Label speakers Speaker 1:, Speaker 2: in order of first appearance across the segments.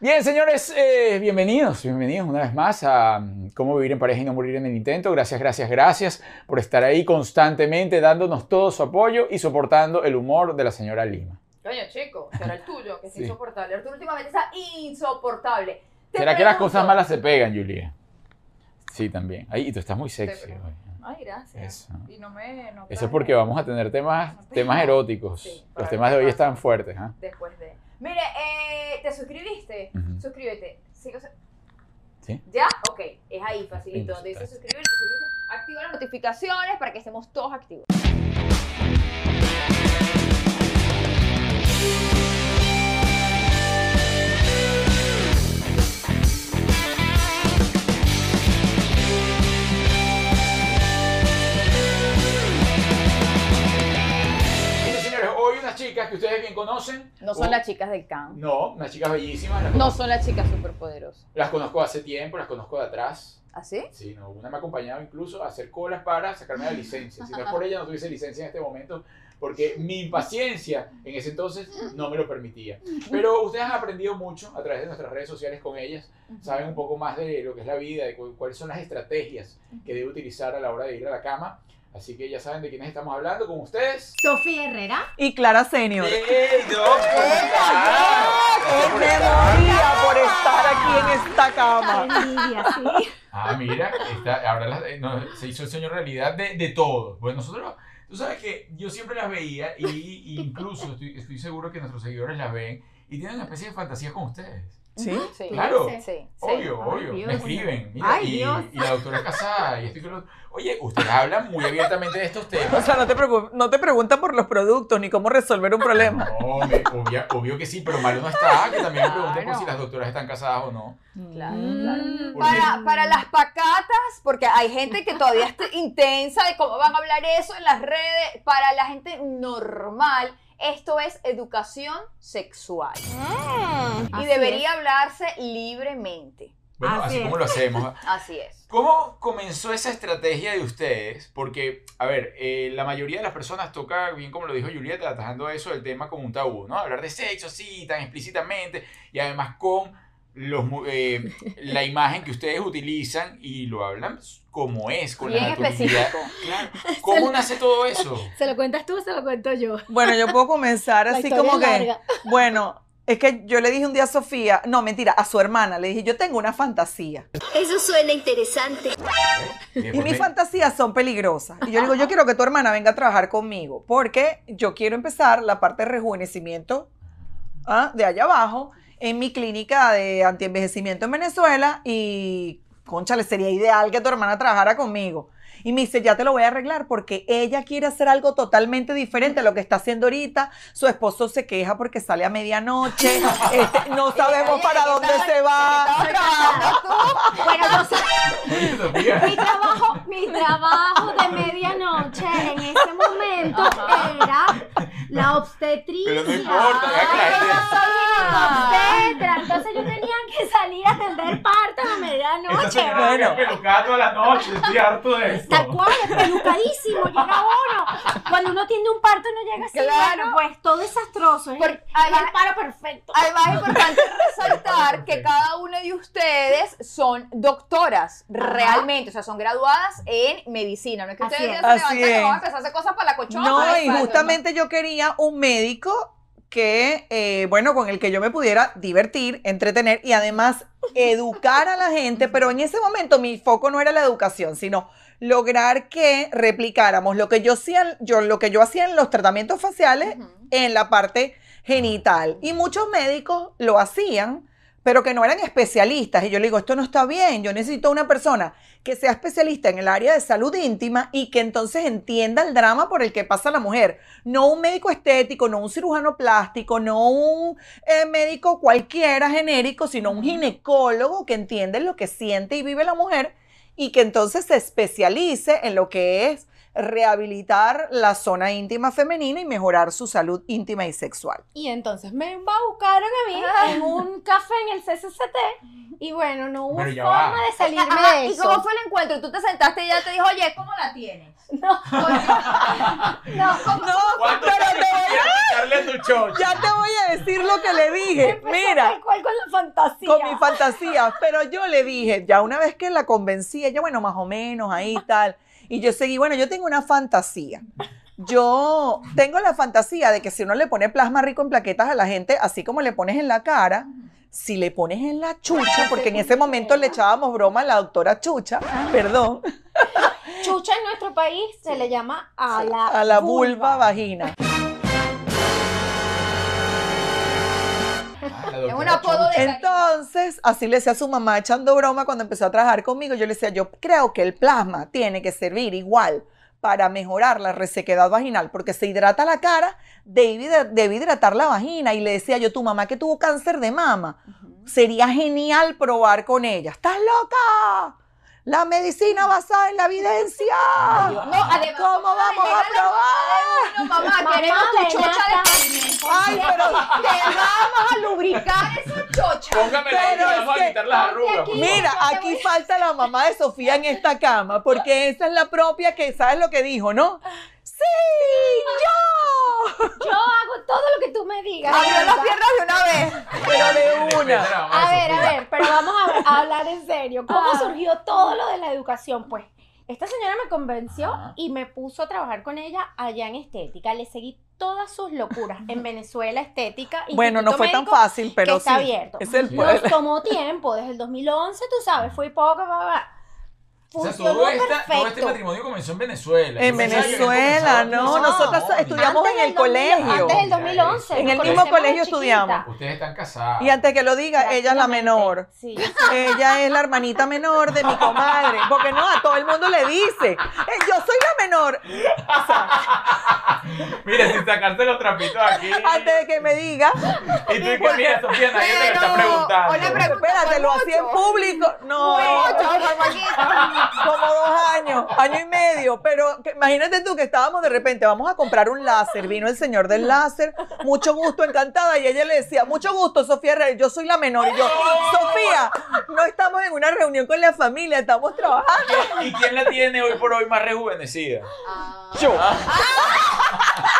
Speaker 1: Bien, señores, eh, bienvenidos, bienvenidos una vez más a mm, Cómo vivir en pareja y no morir en el intento. Gracias, gracias, gracias por estar ahí constantemente dándonos todo su apoyo y soportando el humor de la señora Lima.
Speaker 2: Coño, chico, será el tuyo, que es
Speaker 1: Sí.
Speaker 2: insoportable. Arturo últimamente está insoportable. Te
Speaker 1: ¿Será que las cosas
Speaker 2: pregunto-
Speaker 1: malas se pegan, Julia? Sí, también. Ahí, y tú estás muy sexy.
Speaker 2: pregunto.
Speaker 1: hoy.
Speaker 2: Ay, gracias.
Speaker 1: Eso.
Speaker 2: Y no me. No
Speaker 1: Eso
Speaker 2: traje
Speaker 1: es porque vamos a tener temas, temas eróticos.
Speaker 2: Sí, para
Speaker 1: Los
Speaker 2: ver
Speaker 1: temas de
Speaker 2: qué
Speaker 1: hoy
Speaker 2: pasa.
Speaker 1: están fuertes. ¿ah?
Speaker 2: Después de. Mire, eh, ¿te suscribiste?
Speaker 1: Ujú.
Speaker 2: Suscríbete. Sí, o sea-
Speaker 1: Sí.
Speaker 2: ¿Ya? Ok, es ahí, facilito. Donde dice
Speaker 1: Listo.
Speaker 2: suscribirte, suscríbete. Activa las notificaciones para que estemos todos activos.
Speaker 1: Bueno, señores, hoy unas chicas que ustedes bien conocen.
Speaker 2: No son
Speaker 1: Oh,
Speaker 2: las chicas del camp.
Speaker 1: No, unas chicas bellísimas. Las,
Speaker 2: No
Speaker 1: conozco,
Speaker 2: son las chicas superpoderosas. ¿Ah,
Speaker 1: las conozco hace tiempo, las conozco de atrás.
Speaker 2: ¿Así?
Speaker 1: Sí, no, una me ha acompañado incluso a hacer colas para sacarme la licencia. Si no es por ella, no tuviese licencia en este momento, porque mi impaciencia en ese entonces no me lo permitía. Pero ustedes han aprendido mucho a través de nuestras redes sociales con ellas, saben un poco más de lo que es la vida, de cu- cuáles son las estrategias que debe utilizar a la hora de ir a la cama. Así que ya saben de quiénes estamos hablando con ustedes.
Speaker 3: Sofía Herrera.
Speaker 4: y Clara Senior.
Speaker 1: ¡Ey, no! ¿cómo estás?
Speaker 4: ¡Qué memoria por estar aquí en esta
Speaker 3: Ah.
Speaker 4: cama!
Speaker 3: Lidia, sí.
Speaker 1: Ah, mira, esta- ahora las- eh, no, se hizo el sueño realidad de, de todo. Pues nosotros, tú sabes que yo siempre las veía y, y incluso estoy, estoy seguro que nuestros seguidores las ven y tienen una especie de fantasía con ustedes.
Speaker 4: ¿Sí?
Speaker 2: Sí.
Speaker 1: Claro.
Speaker 2: Sí, sí.
Speaker 1: Obvio, obvio.
Speaker 3: Dios.
Speaker 1: Me escriben. Mira,
Speaker 3: Ay,
Speaker 1: y,
Speaker 3: Dios.
Speaker 1: y la doctora es casada y estoy con los- Oye, ustedes hablan muy abiertamente de estos
Speaker 4: O
Speaker 1: temas.
Speaker 4: sea, no te, preocup- no te preguntan por los productos ni cómo resolver un problema.
Speaker 1: No, me- obvia- obvio que sí, pero malo no está, que también me pregunten por
Speaker 2: Claro.
Speaker 1: si las doctoras están casadas o no.
Speaker 2: Claro,
Speaker 3: Mm,
Speaker 2: claro.
Speaker 1: ¿Por qué?
Speaker 2: Para, para las pacatas, porque hay gente que todavía está intensa de cómo van a hablar eso en las redes. Para la gente normal, esto es educación sexual.
Speaker 3: Así
Speaker 2: y debería hablarse libremente.
Speaker 1: Bueno,
Speaker 3: Así
Speaker 1: así
Speaker 3: es.
Speaker 1: como lo hacemos.
Speaker 2: Así es.
Speaker 1: ¿Cómo comenzó esa estrategia de ustedes? Porque, a ver, eh, la mayoría de las personas toca, bien como lo dijo Julieta, atajando eso el tema como un tabú, ¿no? Hablar de sexo así, tan explícitamente, y además con los, mu- eh, la imagen que ustedes utilizan y lo hablan como es, con
Speaker 2: Bien
Speaker 1: la naturalidad.
Speaker 2: específico.
Speaker 1: Claro. ¿Cómo nace todo eso? ¿Eh?
Speaker 3: ¿Se lo cuentas tú o se lo cuento yo?
Speaker 4: Bueno, yo puedo comenzar
Speaker 3: La
Speaker 4: así
Speaker 3: historia
Speaker 4: como
Speaker 3: es
Speaker 4: que.
Speaker 3: larga.
Speaker 4: Bueno, es que yo le dije un día a Sofía, no, mentira, a su hermana, le dije, yo tengo una fantasía.
Speaker 5: Eso suena interesante.
Speaker 4: Y mis fantasías son peligrosas. Y yo le digo, yo quiero que tu hermana venga a trabajar conmigo, porque yo quiero empezar la parte de rejuvenecimiento ¿ah? de allá abajo en mi clínica de antienvejecimiento en Venezuela y, conchale, sería ideal que tu hermana trabajara conmigo. Y me dice, ya te lo voy a arreglar porque ella quiere hacer algo totalmente diferente a lo que está haciendo ahorita. Su esposo se queja porque sale a medianoche. Este, no sabemos
Speaker 2: Oye,
Speaker 4: para
Speaker 2: ¿qué
Speaker 4: dónde
Speaker 2: tal?
Speaker 4: se va.
Speaker 3: Bueno, yo sé, mi
Speaker 1: fantasías.
Speaker 3: trabajo, mi trabajo de medianoche en ese momento era la obstetricia.
Speaker 1: Pero no importa, deja que la
Speaker 3: Ay,
Speaker 1: gente-
Speaker 3: yo soy obstetra, entonces yo tenía que salir a atender partos a medianoche.
Speaker 4: bueno.
Speaker 1: pelucado a la noche, estoy harto de
Speaker 3: Tal cual, pelucadísimo, llega uno. Cuando uno tiene un parto no llega así,
Speaker 2: Claro.
Speaker 3: bueno, pues todo desastroso. es
Speaker 2: Por-
Speaker 3: el- es el paro perfecto.
Speaker 2: Además, es importante resaltar que cada una de ustedes son doctoras, realmente. O sea, son graduadas en medicina. No es que
Speaker 3: Así
Speaker 2: ustedes ya
Speaker 3: es.
Speaker 2: se levantan
Speaker 4: Así
Speaker 2: y van a
Speaker 4: es.
Speaker 2: empezar a hacer cosas para la cochona.
Speaker 4: No,
Speaker 2: para
Speaker 4: y
Speaker 2: el-
Speaker 4: justamente yo quería un médico que, eh, bueno, con el que yo me pudiera divertir, entretener y además educar a la gente, pero en ese momento mi foco no era la educación, sino lograr que replicáramos lo que yo hacía, yo, lo que yo hacía en los tratamientos faciales
Speaker 2: Ujú.
Speaker 4: en la parte genital. Y muchos médicos lo hacían, pero que no eran especialistas. Y yo le digo, esto no está bien, yo necesito una persona que sea especialista en el área de salud íntima y que entonces entienda el drama por el que pasa la mujer. No un médico estético, no un cirujano plástico, no un eh, médico cualquiera genérico, sino un ginecólogo que entiende lo que siente y vive la mujer y que entonces se especialice en lo que es rehabilitar la zona íntima femenina y mejorar su salud íntima y sexual.
Speaker 3: Y entonces me embaucaron a mí en un café en el CCCT y bueno, no hubo
Speaker 6: Pero ya
Speaker 3: forma
Speaker 6: va.
Speaker 3: de salirme
Speaker 2: Ajá,
Speaker 3: de
Speaker 2: ¿Y
Speaker 3: eso. Ah,
Speaker 2: cómo fue el encuentro? Tú te sentaste y ella te dijo, oye, ¿cómo la tienes?
Speaker 3: No, no, ¿cómo-
Speaker 6: ¿Cuánto
Speaker 4: Pero
Speaker 6: te
Speaker 4: te voy
Speaker 6: quitarle a tu choncho?
Speaker 4: Ya te voy a decir lo que le dije.
Speaker 3: empezó
Speaker 4: Mira,
Speaker 3: tal cual con la fantasía.
Speaker 4: con mi fantasía. Pero yo le dije, ya una vez que la convencí, ella, bueno, más o menos ahí tal. Y yo seguí, bueno, yo tengo una fantasía. Yo tengo la fantasía de que si uno le pone plasma rico en plaquetas a la gente, así como le pones en la cara, si le pones en la chucha, porque en ese momento le echábamos broma a la doctora chucha,
Speaker 3: Ah.
Speaker 4: perdón,
Speaker 3: Chucha en nuestro país se le llama a la
Speaker 4: a la vulva vagina.
Speaker 6: Ah, la
Speaker 2: Es un
Speaker 6: doctora
Speaker 2: apodo de cariño.
Speaker 4: Entonces, así le decía a su mamá echando broma cuando empezó a trabajar conmigo. Yo le decía, yo creo que el plasma tiene que servir igual para mejorar la resequedad vaginal, porque se hidrata la cara, debe, hidra- debe hidratar la vagina. Y le decía yo, tu mamá que tuvo cáncer de mama, sería genial probar con ella. ¿Estás loca? La medicina basada en la evidencia.
Speaker 2: No, además,
Speaker 4: ¿Cómo vamos a probar?
Speaker 2: No, mamá, queremos
Speaker 3: ven
Speaker 2: tu chocha de
Speaker 3: acá.
Speaker 2: pavimento.
Speaker 4: Ay, pero...
Speaker 2: Te vamos a lubricar esa chocha.
Speaker 6: Póngame la
Speaker 4: Pero
Speaker 6: hija,
Speaker 4: es
Speaker 6: vamos
Speaker 4: que-
Speaker 6: a quitar las
Speaker 3: porque
Speaker 6: arrugas. por favor.
Speaker 4: Mira, aquí falta la mamá de Sofía en esta cama, porque esa es la propia que, ¿sabes lo que dijo, no? ¡Sí, yo!
Speaker 3: Yo hago todo lo que tú me digas.
Speaker 2: Abrió las piernas de una vez.
Speaker 4: Pero de una.
Speaker 3: A ver, a ver, pero vamos a, a hablar en serio. ¿Cómo
Speaker 2: Ah.
Speaker 3: surgió todo lo de la educación? Pues esta señora me convenció
Speaker 6: Ajá.
Speaker 3: y me puso a trabajar con ella allá en estética. Le seguí todas sus locuras en Venezuela estética.
Speaker 4: Bueno, no
Speaker 3: Instituto
Speaker 4: fue tan
Speaker 3: Médico,
Speaker 4: fácil, pero
Speaker 3: que está
Speaker 4: sí.
Speaker 3: abierto.
Speaker 4: Es el
Speaker 3: Nos
Speaker 4: pueblo.
Speaker 3: tomó tiempo, desde el 2011, tú sabes, fue poco, bla, bla, bla.
Speaker 6: O sea,
Speaker 3: Funcionó
Speaker 6: todo, esta- todo este
Speaker 3: perfecto.
Speaker 6: matrimonio comenzó en Venezuela.
Speaker 4: En
Speaker 6: Yo pensaba que había
Speaker 4: Venezuela,
Speaker 6: comenzado
Speaker 4: no,
Speaker 6: aquí en San
Speaker 4: nosotras
Speaker 6: Antonio.
Speaker 4: estudiamos en
Speaker 3: Antes
Speaker 4: el
Speaker 3: del 2000,
Speaker 4: colegio.
Speaker 3: Antes del 2011.
Speaker 6: En
Speaker 3: nos
Speaker 6: el mismo
Speaker 3: conocemos
Speaker 4: colegio
Speaker 3: chiquita.
Speaker 4: estudiamos.
Speaker 6: Ustedes están casados.
Speaker 4: Y antes que lo diga, ella es la menor.
Speaker 3: Sí.
Speaker 4: Ella es la hermanita menor de mi comadre. Porque no, a todo el mundo le dice, "Eh, yo soy la menor. O sea,
Speaker 6: Mira, sin sacarte los trapitos aquí.
Speaker 4: antes de que me diga,
Speaker 6: Y tú que mira, Sofía, nadie te lo está
Speaker 2: Pero,
Speaker 6: preguntando.
Speaker 2: hola, pero-
Speaker 4: espérate, lo hacía en público. No, como dos años, año y medio, pero que- imagínate tú que estábamos de repente, vamos a comprar un láser, vino el señor del láser, mucho gusto, encantada, y ella le decía, mucho gusto, Sofía Herrera, yo soy la menor, y yo, Sofía, no estamos en una reunión con la familia, estamos trabajando.
Speaker 6: ¿Y quién la tiene hoy por hoy más rejuvenecida?
Speaker 3: Ah.
Speaker 4: Yo,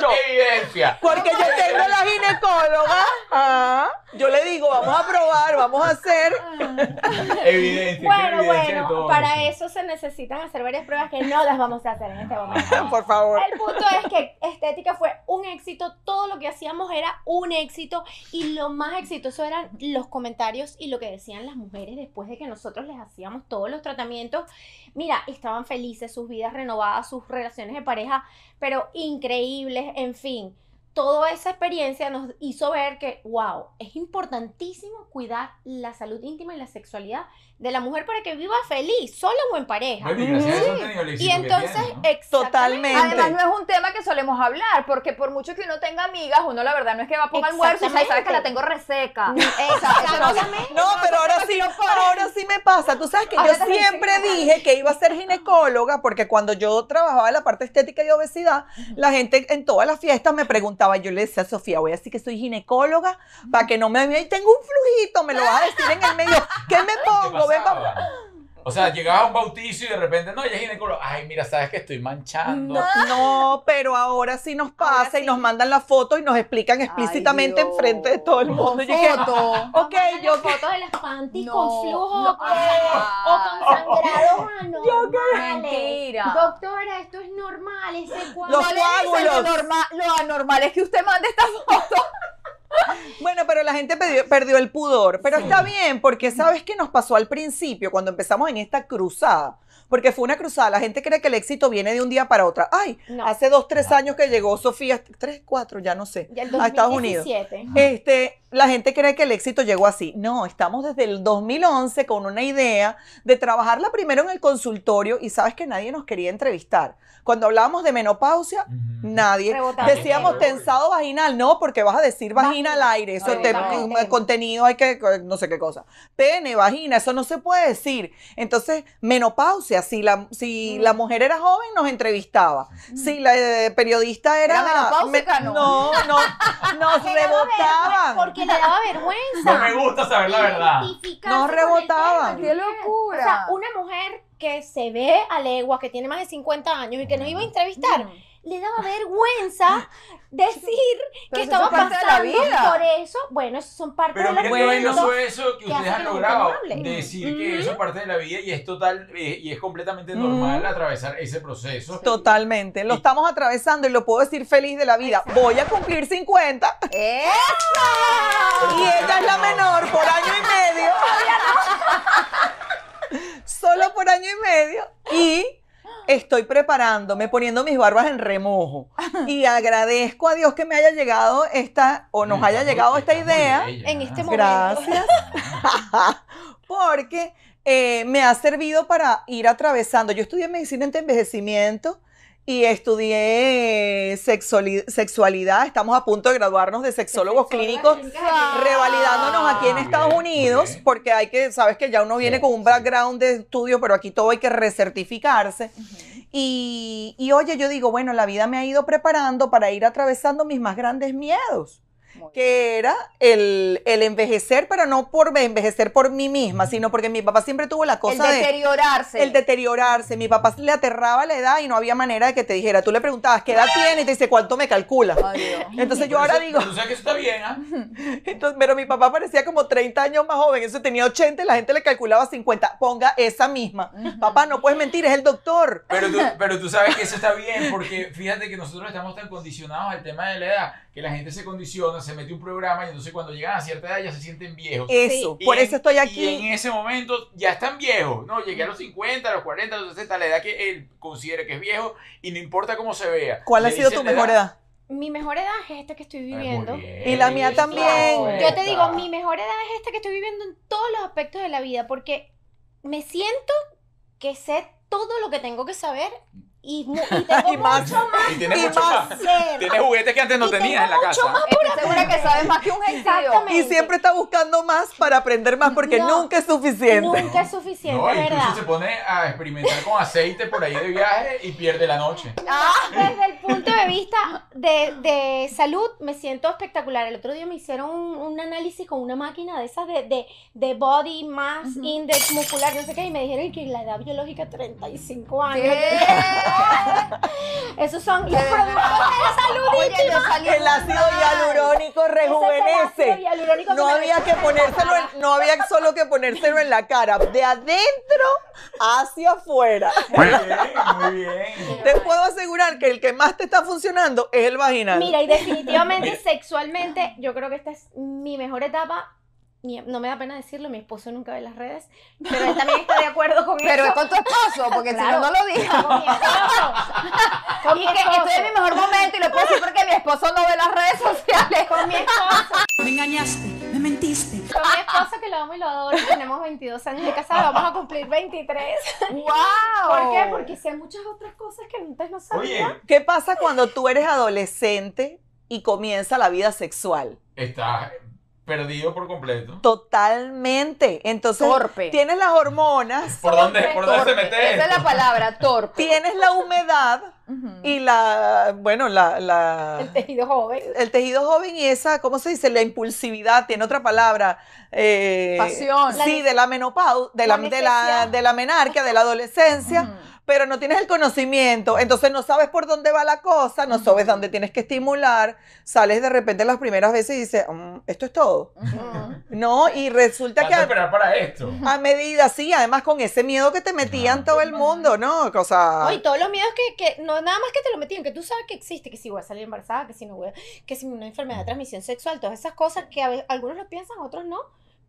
Speaker 4: Yo.
Speaker 6: Evidencia.
Speaker 4: porque yo tengo la ginecóloga, ah, yo le digo, vamos a probar, vamos a hacer,
Speaker 6: Evidencia.
Speaker 3: Bueno,
Speaker 6: ¿qué evidencia de
Speaker 3: bueno,
Speaker 6: todo
Speaker 3: para eso se necesitan hacer varias pruebas que no las vamos a hacer en este momento.
Speaker 4: por favor.
Speaker 3: El punto es que estética fue un éxito, todo lo que hacíamos era un éxito y lo más exitoso eran los comentarios y lo que decían las mujeres después de que nosotros les hacíamos todos los tratamientos. Mira, estaban felices, sus vidas renovadas, sus relaciones de pareja, pero increíbles, en fin. Toda esa experiencia nos hizo ver que, wow, es importantísimo cuidar la salud íntima y la sexualidad de la mujer para que viva feliz, sola o en pareja.
Speaker 6: Bueno, y gracias a eso han
Speaker 2: Sí.
Speaker 6: tenido el éxito
Speaker 3: Y
Speaker 6: que
Speaker 3: entonces,
Speaker 6: tienen, ¿no?
Speaker 3: exactamente.
Speaker 4: Totalmente.
Speaker 2: Además, no es un tema que solemos hablar, porque por mucho que uno tenga amigas, uno la verdad no es que va a poner almuerzo y sabe, sabes que la tengo reseca.
Speaker 3: Exactamente.
Speaker 4: No, pero ahora sí, ahora sí me pasa. Tú sabes que yo
Speaker 2: Ahora te dicen
Speaker 4: siempre
Speaker 2: que-
Speaker 4: dije que iba a ser ginecóloga porque cuando yo trabajaba en la parte estética y obesidad, la gente en todas las fiestas me preguntaba, yo le decía a Sofía, voy a decir que soy ginecóloga para que no me vean, tengo un flujito, me lo vas a decir en el medio, ¿qué me
Speaker 6: ¿Qué
Speaker 4: pongo? Ven,
Speaker 6: pasaba?
Speaker 4: vamos.
Speaker 6: O sea, llegaba a un bautizo y de repente, no, ella es ginecólogo. Ay, mira, sabes que estoy manchando.
Speaker 4: No, pero ahora sí nos pasa y nos mandan la foto y nos explican explícitamente
Speaker 2: Dios.
Speaker 4: enfrente de todo el mundo. Yo dije,
Speaker 2: Foto.
Speaker 4: ok, yo
Speaker 3: fotos de las panties
Speaker 2: No,
Speaker 3: con flujo
Speaker 2: no,
Speaker 3: o con,
Speaker 2: ah.
Speaker 3: o con sangrado anormales.
Speaker 2: Mentira.
Speaker 3: Doctora, esto es normal, ese cuadro.
Speaker 4: Los
Speaker 2: No le dicen
Speaker 4: coágulos.
Speaker 2: Lo, norma- lo anormal es que usted mande estas fotos.
Speaker 4: Bueno, pero la gente perdió, perdió el pudor. Pero está bien, porque sabes qué nos pasó al principio, cuando empezamos en esta cruzada. Porque fue una cruzada. La gente cree que el éxito viene de un día para otra. Ay,
Speaker 3: No.
Speaker 4: hace dos, tres años que llegó Sofía, tres, cuatro, ya no sé,
Speaker 3: Ya el
Speaker 4: a Estados Unidos.
Speaker 3: 2017.
Speaker 4: Este, la gente cree que el éxito llegó así. No, estamos desde el 2011 con una idea de trabajarla primero en el consultorio y sabes que nadie nos quería entrevistar. Cuando hablábamos de menopausia,
Speaker 6: Ujú.
Speaker 4: nadie.
Speaker 3: Rebotaba.
Speaker 4: Decíamos tensado vaginal, no, porque vas a decir vagina
Speaker 3: Vagina.
Speaker 4: al aire, eso
Speaker 3: Ah,
Speaker 4: es tem-
Speaker 3: vale.
Speaker 4: un- contenido hay que, no sé qué cosa. Pene, vagina, eso no se puede decir. Entonces, menopausia, circunstancias. Si la, si la mujer era joven, nos entrevistaba. Si la eh, periodista era.
Speaker 2: ¿Era menopáusica?
Speaker 4: no,
Speaker 2: No.
Speaker 4: no, nos
Speaker 3: Le daba
Speaker 2: Ah.
Speaker 3: vergüenza,
Speaker 4: rebotaban.
Speaker 3: pues, Porque le daba vergüenza.
Speaker 1: No me gusta saber la verdad.
Speaker 3: Identificarse
Speaker 4: Nos
Speaker 3: con el tema,
Speaker 4: rebotaban.
Speaker 2: ¡Qué
Speaker 3: Juliet.
Speaker 2: locura!
Speaker 3: O sea, una mujer que se ve a legua, que tiene más de 50 años y que nos iba a entrevistar,
Speaker 2: Mm.
Speaker 3: le daba vergüenza decir que
Speaker 2: Pero eso
Speaker 3: estaba
Speaker 2: es parte de la
Speaker 3: pasando
Speaker 2: vida.
Speaker 3: por eso. Bueno, eso son parte
Speaker 1: Pero
Speaker 3: de la
Speaker 1: mira
Speaker 3: vida.
Speaker 1: qué valioso eso que ustedes
Speaker 3: que hace que
Speaker 1: han
Speaker 3: la gente
Speaker 1: logrado.
Speaker 3: no hable.
Speaker 1: Decir que
Speaker 3: Ujú.
Speaker 1: eso es parte de la vida y es total eh, y es completamente
Speaker 4: Ujú.
Speaker 1: normal atravesar ese proceso.
Speaker 4: Totalmente, lo
Speaker 1: Y-
Speaker 4: estamos atravesando y lo puedo decir feliz de la vida. Voy a cumplir 50
Speaker 2: ¡Eh!
Speaker 4: y ella es la menor por año y medio. Solo por año y medio. Y estoy preparándome, poniendo mis barbas en remojo. Y agradezco a Dios que me haya llegado esta, o nos haya
Speaker 1: Está muy-
Speaker 4: llegado esta
Speaker 1: está muy
Speaker 4: idea.
Speaker 1: bella.
Speaker 3: En este momento.
Speaker 4: Gracias. Porque eh, me ha servido para ir atravesando. Yo estudié medicina ante envejecimiento y estudié eh, sexuali- sexualidad. Estamos a punto de graduarnos de sexólogos clínicos,
Speaker 3: Ah.
Speaker 4: revalidándonos aquí en
Speaker 1: Muy
Speaker 4: Estados
Speaker 1: Ah, bien, muy
Speaker 4: Unidos,
Speaker 1: bien.
Speaker 4: porque hay que, sabes que ya uno viene
Speaker 1: Sí,
Speaker 4: con un
Speaker 1: sí.
Speaker 4: background de estudio, pero aquí todo hay que recertificarse. Y, y oye, yo digo, bueno, la vida me ha ido preparando para ir atravesando mis más grandes miedos, que era el, el envejecer, pero no por envejecer por mí misma, sino porque mi papá siempre tuvo la
Speaker 2: El
Speaker 4: cosa de...
Speaker 2: deteriorarse.
Speaker 4: El deteriorarse. Mi papá le aterraba la edad y no había manera de que te dijera. Tú le preguntabas, ¿qué
Speaker 1: Ah.
Speaker 4: edad tiene? Y te dice, ¿cuánto me calcula?
Speaker 2: Ay, Dios.
Speaker 4: Entonces yo
Speaker 1: Pero
Speaker 4: ahora
Speaker 1: eso-
Speaker 4: digo,
Speaker 1: Tú sabes que eso está bien, ¿ah?
Speaker 4: entonces, pero mi papá parecía como 30 años más joven, eso tenía 80 y la gente le calculaba 50. Ponga esa misma. Papá, no puedes mentir, es el doctor.
Speaker 1: Pero tú, pero tú sabes que eso está bien, porque fíjate que nosotros estamos tan condicionados al tema de la edad, que la gente se condiciona, se mete un programa y entonces cuando llegan a cierta edad ya se sienten viejos.
Speaker 4: Eso,
Speaker 1: Y
Speaker 4: Eh, por
Speaker 1: en-
Speaker 4: eso estoy
Speaker 1: Y en
Speaker 4: aquí.
Speaker 1: ese momento ya están viejos, ¿no? Llegué a los 50, a los 40, a los 60, la edad que él considere que es viejo y no importa cómo se vea.
Speaker 4: ¿Cuál ha
Speaker 1: Le
Speaker 4: sido
Speaker 1: dicen
Speaker 4: tu
Speaker 1: la
Speaker 4: mejor edad?
Speaker 3: Mi mejor edad es esta que estoy
Speaker 1: Ah, muy
Speaker 3: viviendo.
Speaker 1: bien,
Speaker 4: Y la mía
Speaker 1: eso
Speaker 4: también.
Speaker 1: cuenta.
Speaker 3: Yo te digo, mi mejor edad es esta que estoy viviendo en todos los aspectos de la vida, porque me siento que sé todo lo que tengo que saber y, mu- y tengo
Speaker 4: Y más.
Speaker 3: mucho más
Speaker 1: Y tienes
Speaker 4: y
Speaker 1: mucho
Speaker 4: más.
Speaker 1: más.
Speaker 3: que hacer.
Speaker 1: Tienes juguetes que antes no
Speaker 3: Y
Speaker 1: tenías en la
Speaker 3: tengo
Speaker 1: casa.
Speaker 3: mucho
Speaker 2: Estoy segura que sabes más que un gentío.
Speaker 3: Exactamente.
Speaker 4: Y siempre está buscando más para aprender más porque
Speaker 3: No.
Speaker 4: nunca es suficiente.
Speaker 3: Nunca es suficiente,
Speaker 1: No, incluso
Speaker 3: ¿verdad?
Speaker 1: se pone a experimentar con aceite por ahí de viaje y pierde la noche.
Speaker 3: Desde el punto de vista de, de salud, me siento espectacular. El otro día me hicieron un, un análisis con una máquina de esas de, de, de body mass index muscular, no sé qué, y me dijeron que la edad biológica 35 años.
Speaker 2: ¿Qué?
Speaker 3: Esos son los productos de la salud
Speaker 2: Oye, yo salí
Speaker 4: El ácido hialurónico rejuvenece. No había que ponérselo, en- no había solo que ponérselo en la cara, de adentro hacia afuera.
Speaker 1: Muy bien, muy bien.
Speaker 4: Te puedo asegurar que el que más te está funcionando es el vaginal.
Speaker 3: Mira, y definitivamente sexualmente, yo creo que esta es mi mejor etapa. Mi- No me da pena decirlo, mi esposo nunca ve las redes, pero él también está de acuerdo con
Speaker 2: Pero es
Speaker 3: eso.
Speaker 2: con tu esposo, porque si
Speaker 3: Claro.
Speaker 2: no, no lo digo.
Speaker 3: Con mi esposo. Con mi
Speaker 2: Y que
Speaker 3: esposo.
Speaker 2: estoy en mi mejor momento y lo puedo decir porque mi esposo no ve las redes sociales.
Speaker 3: Con mi esposo.
Speaker 7: Me engañaste, me mentiste.
Speaker 3: Con mi esposo que lo amo y lo adoro. Tenemos 22 años de casado, vamos a cumplir 23.
Speaker 2: ¡Wow!
Speaker 3: ¿Por
Speaker 1: Oh.
Speaker 3: qué? Porque sé muchas otras cosas que antes no sabía.
Speaker 1: Oye,
Speaker 4: ¿Qué pasa cuando tú eres adolescente y comienza la vida sexual?
Speaker 1: estás perdido por completo.
Speaker 4: Totalmente. Entonces,
Speaker 2: Torpe.
Speaker 4: tienes las hormonas,
Speaker 1: ¿Por dónde, por dónde
Speaker 2: Torpe.
Speaker 1: se mete
Speaker 2: Esa es
Speaker 1: esto?
Speaker 2: la palabra, torpe.
Speaker 4: tienes la humedad y la, bueno, la, la-
Speaker 3: El tejido joven.
Speaker 4: el tejido joven y esa, ¿cómo se dice? La impulsividad, tiene otra palabra. eh,
Speaker 2: Pasión.
Speaker 4: Sí, de la menopausia, de la,
Speaker 3: La
Speaker 4: de la,
Speaker 3: necesidad.
Speaker 4: de la menarquia, de la adolescencia, pero no tienes el conocimiento, entonces no sabes por dónde va la cosa, no sabes dónde tienes que estimular, sales de repente las primeras veces y dices, "Mm, esto es todo, ¿no? Y resulta que
Speaker 1: Vas a
Speaker 4: a,
Speaker 1: esperar para esto.
Speaker 4: a medida, sí, además con ese miedo que te metían todo el mundo, ¿no?
Speaker 1: Ah.
Speaker 4: Cosa...
Speaker 3: Oye, todos los miedos que, que no nada más que te lo metían, que tú sabes que existe, que si voy a salir embarazada, que si no voy a, que si una enfermedad de
Speaker 1: Mm.
Speaker 3: transmisión sexual, todas esas cosas que a ve- algunos lo piensan, otros no.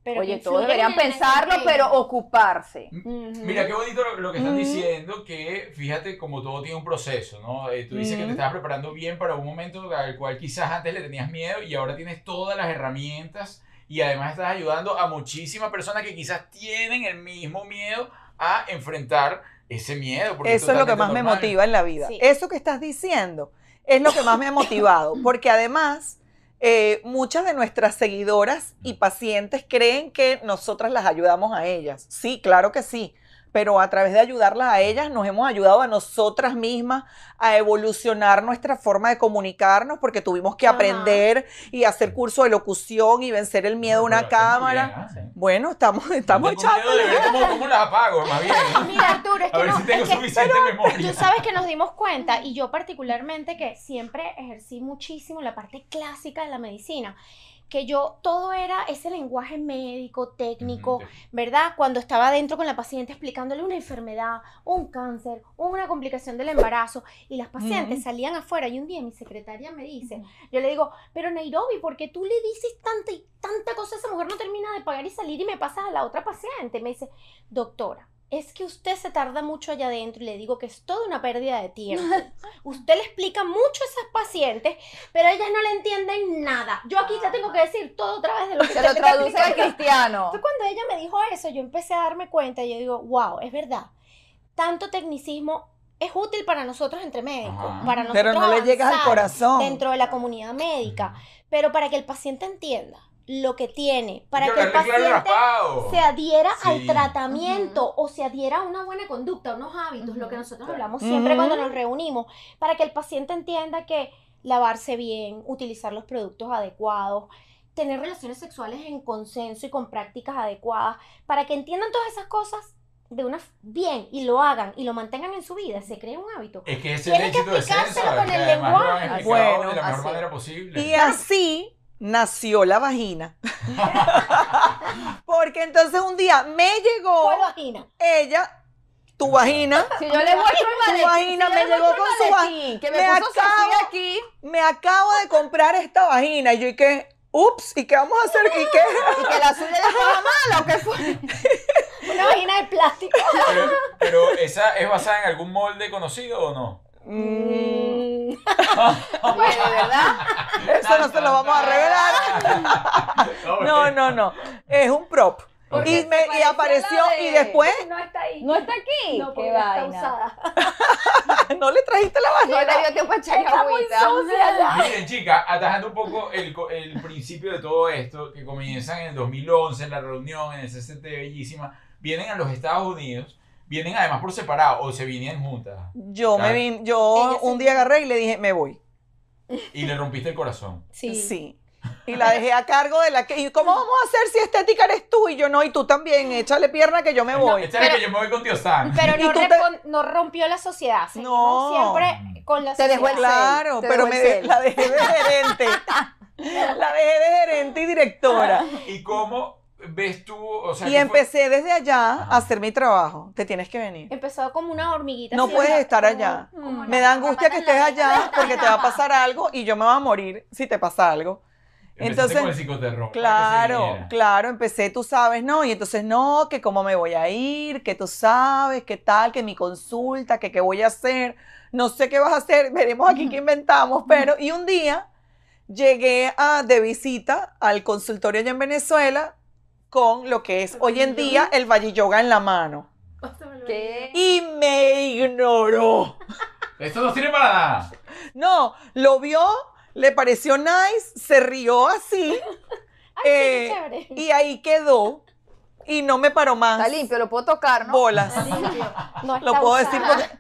Speaker 3: Pero
Speaker 2: Oye,
Speaker 3: que
Speaker 2: todos
Speaker 3: influyen
Speaker 2: deberían
Speaker 3: en el
Speaker 2: pensarlo,
Speaker 3: desempeño.
Speaker 2: pero oh. ocuparse.
Speaker 3: Ujú.
Speaker 1: Mira, qué bonito lo, lo que están
Speaker 3: Ujú.
Speaker 1: diciendo, que fíjate como todo tiene un proceso, ¿no? Eh, tú dices que te
Speaker 4: Ujú.
Speaker 1: estabas preparando bien para un momento al cual quizás antes le tenías miedo y ahora tienes todas las herramientas y además estás ayudando a muchísimas personas que quizás tienen el mismo miedo a enfrentar ese miedo. porque
Speaker 4: Eso es lo que más
Speaker 1: totalmente
Speaker 4: me
Speaker 1: normal.
Speaker 4: motiva en la vida.
Speaker 3: Sí.
Speaker 4: Eso que estás diciendo es lo que más me ha motivado, porque además eh, muchas de nuestras seguidoras y pacientes creen que nosotras las ayudamos a ellas. Sí, claro que sí, pero a través de ayudarlas a ellas nos hemos ayudado a nosotras mismas a evolucionar nuestra forma de comunicarnos porque tuvimos que
Speaker 3: Ajá.
Speaker 4: aprender y hacer curso de locución y vencer el miedo a una cámara. Bueno, estamos, estamos
Speaker 1: Tengo miedo de
Speaker 4: echándole.
Speaker 1: ver cómo, cómo las apago, más bien.
Speaker 3: Mira, Arturo, es que
Speaker 1: A ver
Speaker 3: no,
Speaker 1: si tengo
Speaker 3: es que-
Speaker 1: suficiente memoria.
Speaker 3: Tú sabes que nos dimos cuenta, y yo particularmente, que siempre ejercí muchísimo la parte clásica de la medicina, que yo todo era ese lenguaje médico, técnico, ¿verdad? Cuando estaba adentro con la paciente explicándole una enfermedad, un cáncer, una complicación del embarazo, y las pacientes salían afuera, y un día mi secretaria me dice, yo le digo, pero Nairobi, ¿por qué tú le dices tanta y tanta cosa a esa mujer? No termina de pagar y salir y me pasas a la otra paciente. Me dice, doctora, es que usted se tarda mucho allá adentro y le digo que es toda una pérdida de tiempo. Usted le explica mucho a esas pacientes, pero ellas no le entienden nada. Yo aquí te tengo que decir todo otra vez de lo que
Speaker 2: Se
Speaker 3: usted
Speaker 2: Ah. lo
Speaker 3: me está
Speaker 2: traduce al
Speaker 3: explicando".
Speaker 2: cristiano.
Speaker 3: Entonces, cuando ella me dijo eso, yo empecé a darme cuenta y yo digo, wow, es verdad. Tanto tecnicismo es útil para nosotros entre médicos,
Speaker 1: Ajá.
Speaker 3: para nosotros
Speaker 4: Pero no le llegas al
Speaker 3: avanzar
Speaker 4: corazón.
Speaker 3: dentro de la comunidad médica, pero para que el paciente entienda lo que tiene, para
Speaker 1: Yo
Speaker 3: que el
Speaker 1: hablarle claro y
Speaker 3: paciente
Speaker 1: raspado.
Speaker 3: se adhiera al
Speaker 1: Sí.
Speaker 3: tratamiento o se adhiera a una buena conducta, a unos hábitos, lo que nosotros hablamos
Speaker 4: Ujú.
Speaker 3: siempre cuando nos reunimos, para que el paciente entienda que lavarse bien, utilizar los productos adecuados, tener relaciones sexuales en consenso y con prácticas adecuadas, para que entiendan todas esas cosas de una f- bien y lo hagan y lo mantengan en su vida, se crea un hábito.
Speaker 1: Es que ese es el
Speaker 3: Tienes que
Speaker 1: éxito de Sensa,
Speaker 3: explicárselo con
Speaker 1: que
Speaker 3: el
Speaker 1: además lo han
Speaker 3: lenguaje.
Speaker 1: explicado de
Speaker 4: Bueno,
Speaker 1: la mejor
Speaker 2: así.
Speaker 1: manera posible.
Speaker 4: Y así nació la vagina. Porque entonces un día me llegó
Speaker 3: Fue vagina.
Speaker 4: ella, tu vagina,
Speaker 2: Si yo le muestro el maletín,
Speaker 4: vagina
Speaker 2: si yo
Speaker 4: me
Speaker 2: le
Speaker 4: llegó
Speaker 2: muestro
Speaker 4: con
Speaker 2: el
Speaker 4: su va-
Speaker 2: maletín, que me,
Speaker 4: me
Speaker 2: puso Sofía
Speaker 4: acabo-
Speaker 2: aquí
Speaker 4: me acabo de comprar esta vagina. Y yo, ¿y qué? Ups, ¿y qué vamos a hacer? ¿Y qué?
Speaker 2: y que la azul era toda mala o qué fue.
Speaker 3: Una vagina de plástico.
Speaker 1: Pero, pero esa es basada en algún molde conocido o no?
Speaker 4: Mm,
Speaker 2: Oye, de verdad.
Speaker 4: eso no se lo vamos a revelar. No, no, no. Es un prop.
Speaker 2: Porque
Speaker 4: Y, me-
Speaker 2: se
Speaker 4: y
Speaker 2: parecía
Speaker 4: apareció
Speaker 2: la de-
Speaker 4: y después
Speaker 3: No está ahí.
Speaker 2: No está aquí.
Speaker 3: No, porque
Speaker 2: qué
Speaker 3: ya está
Speaker 2: vaina.
Speaker 3: usada.
Speaker 4: ah, no le trajiste la
Speaker 2: No
Speaker 4: vagina.
Speaker 2: le dio tiempo a echarle agüita.
Speaker 1: Miren, chicas, atajando un poco el, co- el principio de todo esto, que comienzan en el 2011, en la reunión, en el CCT Bellísima, vienen a los Estados Unidos, vienen además por separado o se vienen juntas.
Speaker 4: Yo me
Speaker 1: Claro.
Speaker 4: vin, yo
Speaker 3: Ella se
Speaker 4: un día agarré y le dije, me voy.
Speaker 1: Y le rompiste el corazón.
Speaker 3: Sí.
Speaker 4: Sí. Y la dejé a cargo de la que. ¿Y cómo vamos a hacer si estética eres tú? Y yo no, y tú también. Échale pierna que yo me voy.
Speaker 1: Esta es la que yo me voy con tío Sam.
Speaker 3: Pero
Speaker 4: Y
Speaker 3: no,
Speaker 4: tú te-
Speaker 3: recon- no rompió la sociedad. Seguimos
Speaker 4: No.
Speaker 3: Siempre con la
Speaker 2: Te
Speaker 3: sociedad.
Speaker 2: dejó el
Speaker 4: Claro,
Speaker 2: Te
Speaker 4: pero
Speaker 2: dejó
Speaker 4: me
Speaker 2: el
Speaker 4: de-
Speaker 2: cel.
Speaker 4: la dejé de gerente. La dejé de gerente y directora.
Speaker 1: ¿Y cómo ves tú? O sea,
Speaker 4: Y
Speaker 1: ¿qué fue-
Speaker 4: empecé desde allá
Speaker 1: Ajá.
Speaker 4: a hacer mi trabajo. Te tienes que venir.
Speaker 3: Empezó como una hormiguita.
Speaker 4: No
Speaker 3: así,
Speaker 4: puedes
Speaker 3: ¿verdad?
Speaker 4: estar
Speaker 3: Como-
Speaker 4: allá.
Speaker 3: como
Speaker 4: Me
Speaker 3: la- la
Speaker 4: da angustia
Speaker 3: pata
Speaker 4: que
Speaker 3: en la
Speaker 4: estés
Speaker 3: oreja, la pata
Speaker 4: allá
Speaker 3: en
Speaker 4: porque
Speaker 3: la
Speaker 4: te va a
Speaker 3: pata.
Speaker 4: pasar algo y yo me voy a morir si te pasa algo.
Speaker 1: Empezaste
Speaker 4: entonces-
Speaker 1: con el psicoterror. para que se
Speaker 4: Claro,
Speaker 1: viniera.
Speaker 4: claro, empecé, tú sabes, ¿no? Y entonces, no, que cómo me voy a ir, que tú sabes, qué tal, que mi consulta, que qué voy a hacer, no sé qué vas a hacer, veremos aquí qué inventamos, pero, y un día llegué a, de visita al consultorio allá en Venezuela con lo que es hoy en día el Valle Yoga en la mano.
Speaker 2: ¿Qué?
Speaker 4: Y me ignoró.
Speaker 1: Esto no sirve para nada.
Speaker 4: No, lo vio, le pareció nice, se rió así. eh,
Speaker 3: chévere.
Speaker 4: y ahí quedó. Y no me paró más.
Speaker 2: Está limpio, lo puedo tocar, ¿no?
Speaker 4: Bolas.
Speaker 3: No está
Speaker 4: Lo puedo decir
Speaker 3: usada.
Speaker 4: porque.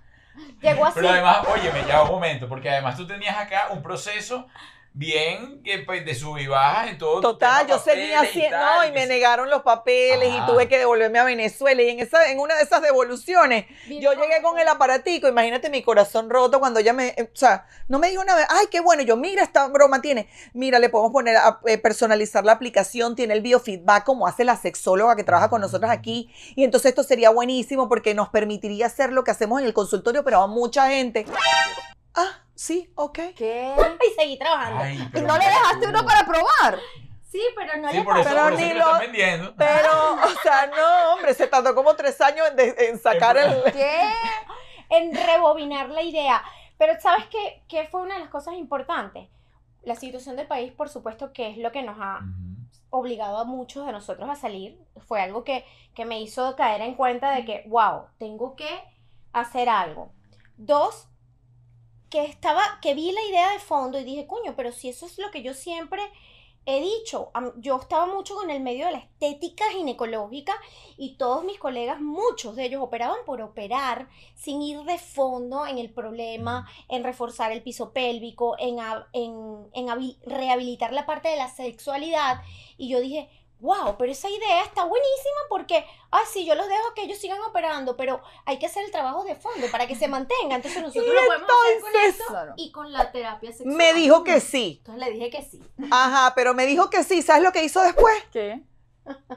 Speaker 3: Llegó así.
Speaker 1: Pero además, óyeme, ya un momento, porque además tú tenías acá un proceso bien que, pues, de sub y baja en todo. tu
Speaker 4: Total,
Speaker 1: tema,
Speaker 4: yo seguía
Speaker 1: papeles y
Speaker 4: haciendo.
Speaker 1: tal,
Speaker 4: No, y
Speaker 1: que
Speaker 4: me
Speaker 1: sí.
Speaker 4: negaron los papeles
Speaker 1: Ajá.
Speaker 4: y tuve que devolverme a Venezuela. Y en, esa, en una de esas devoluciones, yo llegué con el aparatico. Imagínate mi corazón roto cuando ella me. eh, O sea, no me dijo una vez, ay, qué bueno. Yo, mira, esta broma tiene. Mira, le podemos poner a eh, personalizar la aplicación. Tiene el biofeedback, como hace la sexóloga que trabaja
Speaker 1: Ah.
Speaker 4: con nosotros aquí. Y entonces esto sería buenísimo porque nos permitiría hacer lo que hacemos en el consultorio, pero a mucha gente. Ah, sí, ok.
Speaker 2: ¿Qué?
Speaker 3: Y seguí trabajando.
Speaker 1: Ay,
Speaker 2: ¿Y
Speaker 1: pero
Speaker 2: no le
Speaker 1: mira
Speaker 2: dejaste
Speaker 1: tú.
Speaker 2: uno para probar?
Speaker 3: Sí, pero no
Speaker 1: Sí,
Speaker 3: le
Speaker 1: por eso,
Speaker 4: Pero
Speaker 1: por eso
Speaker 4: ni
Speaker 1: que lo
Speaker 4: lo-
Speaker 1: están vendiendo.
Speaker 4: Pero, o sea, no, hombre, se tardó como tres años en, de- en sacar el.
Speaker 2: Em, ¿Qué?
Speaker 3: en rebobinar la idea. Pero ¿sabes qué, qué fue una de las cosas importantes? La situación del país, por supuesto, que es lo que nos ha
Speaker 1: Ah,
Speaker 3: obligado a muchos de nosotros a salir. Fue algo que, que me hizo caer en cuenta de que, wow, tengo que hacer algo. Dos, que estaba, que vi la idea de fondo y dije, coño, pero si eso es lo que yo siempre he dicho, am- yo estaba mucho con el medio de la estética ginecológica y todos mis colegas, muchos de ellos operaban por operar sin ir de fondo en el problema, en reforzar el piso pélvico, en, hab- en- en habi- rehabilitar la parte de la sexualidad. Y yo dije, wow, pero esa idea está buenísima porque, ah, sí, yo los dejo que ellos sigan operando, pero hay que hacer el trabajo de fondo para que se mantenga. Entonces nosotros lo podemos hacer con
Speaker 4: entonces,
Speaker 3: esto
Speaker 2: Claro.
Speaker 3: y con la terapia sexual.
Speaker 4: Me dijo que sí.
Speaker 3: Entonces le dije que sí.
Speaker 4: Ajá, pero me dijo que sí. ¿Sabes lo que hizo después?
Speaker 2: ¿Qué?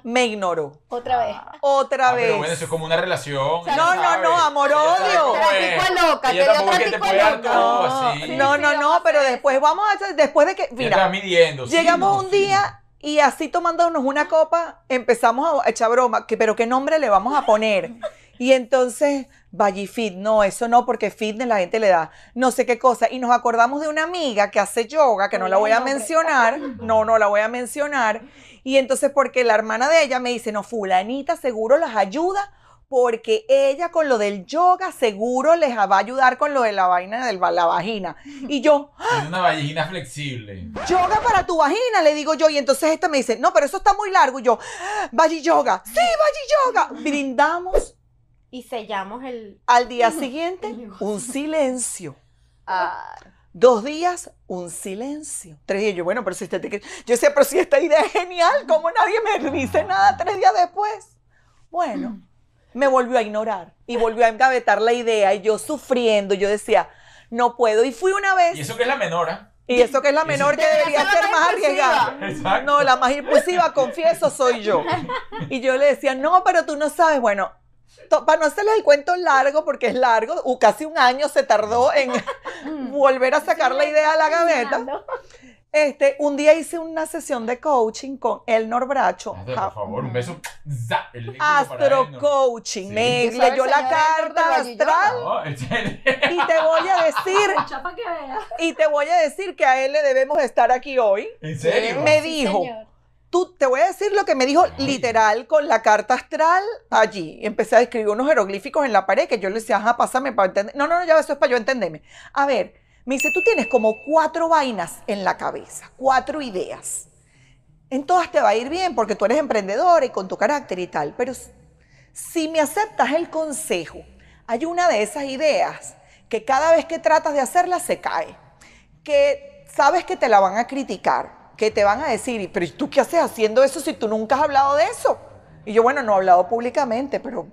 Speaker 4: Me ignoró.
Speaker 3: Otra vez.
Speaker 4: Otra
Speaker 1: Ah,
Speaker 4: vez.
Speaker 1: pero bueno, eso es como una relación.
Speaker 2: sea,
Speaker 4: no, no,
Speaker 1: ¿sabes?
Speaker 4: no, amor,
Speaker 1: Ella sabe
Speaker 4: odio.
Speaker 1: cómo es.
Speaker 2: Trapico loca,
Speaker 1: Ella
Speaker 2: te dio
Speaker 1: tampoco es que te
Speaker 2: trapico
Speaker 1: puede dar
Speaker 2: loca.
Speaker 1: todo
Speaker 4: No,
Speaker 1: así.
Speaker 4: no, no,
Speaker 2: sí,
Speaker 4: no,
Speaker 2: vamos a
Speaker 4: pero
Speaker 2: hacer
Speaker 4: después vamos a hacer, después de que,
Speaker 1: Ella
Speaker 4: mira,
Speaker 1: está midiendo. sí,
Speaker 4: llegamos
Speaker 1: no,
Speaker 4: un
Speaker 1: sí,
Speaker 4: día y así tomándonos una copa empezamos a echar broma, que, pero qué nombre le vamos a poner. Y entonces, Vallifit, no, eso no, porque fitness la gente le da no sé qué cosa. Y nos acordamos de una amiga que hace yoga, que no la voy a mencionar, no, no la voy a mencionar. Y entonces, porque la hermana de ella me dice, no, fulanita seguro las ayuda, porque ella con lo del yoga seguro les va a ayudar con lo de la vaina de la vagina. Y yo,
Speaker 1: Tiene una vallejina flexible.
Speaker 4: yoga para tu vagina, le digo yo. Y entonces esta me dice, no, pero eso está muy largo. Y yo, Valle Yoga, sí, Valle Yoga. Brindamos
Speaker 3: Y sellamos el.
Speaker 4: al día siguiente un silencio.
Speaker 2: Ah,
Speaker 4: Dos días, un silencio. Tres días, yo, bueno, pero si este te- Yo decía, pero si esta idea es genial, ¿cómo nadie me dice nada tres días después? Bueno, me volvió a ignorar y volvió a engavetar la idea. Y yo sufriendo, yo decía, no puedo. Y fui una
Speaker 1: Y
Speaker 4: vez.
Speaker 1: eso que es la menora.
Speaker 4: Y eso que es la
Speaker 1: Y eso-
Speaker 4: menor que
Speaker 2: Debería
Speaker 4: debería
Speaker 2: ser la más
Speaker 4: ser más
Speaker 2: impulsiva.
Speaker 4: arriesgada.
Speaker 1: Exacto.
Speaker 4: No, la más impulsiva, confieso, soy yo. Y yo le decía, no, pero tú no sabes. Bueno, to- para no hacerles el cuento largo, porque es largo, u- casi un año se tardó en
Speaker 2: Mm.
Speaker 4: volver a sacar la idea a la gaveta. Este, un día hice una sesión de coaching con Elnor Bracho.
Speaker 1: Hazte, por favor, un beso. Za, el éxito para
Speaker 4: Astro
Speaker 1: él, ¿no?
Speaker 4: Coaching.
Speaker 1: Sí.
Speaker 4: Me
Speaker 2: ¿Qué sabe
Speaker 4: leyó
Speaker 2: el
Speaker 4: la
Speaker 2: señor Elnor de
Speaker 4: carta
Speaker 2: Valle Yoga?
Speaker 4: astral
Speaker 1: No, en serio.
Speaker 4: y te voy a decir,
Speaker 8: Chapa que vea.
Speaker 4: y te voy a decir que a él le debemos estar aquí hoy.
Speaker 1: ¿En serio?
Speaker 4: Me dijo, tú te voy a decir lo que me dijo
Speaker 1: Ay.
Speaker 4: literal con la carta astral allí. Empecé a escribir unos jeroglíficos en la pared que yo le decía, ajá, pásame para entender. No, no, no, ya eso es para yo entenderme. A ver, me dice, tú tienes como cuatro vainas en la cabeza, cuatro ideas. En todas te va a ir bien porque tú eres emprendedora y con tu carácter y tal, pero s- si me aceptas el consejo, hay una de esas ideas que cada vez que tratas de hacerla se cae que sabes que te la van a criticar, que te van a decir, "Y, pero ¿y tú qué haces haciendo eso si tú nunca has hablado de eso? Y yo, bueno, no he hablado públicamente, pero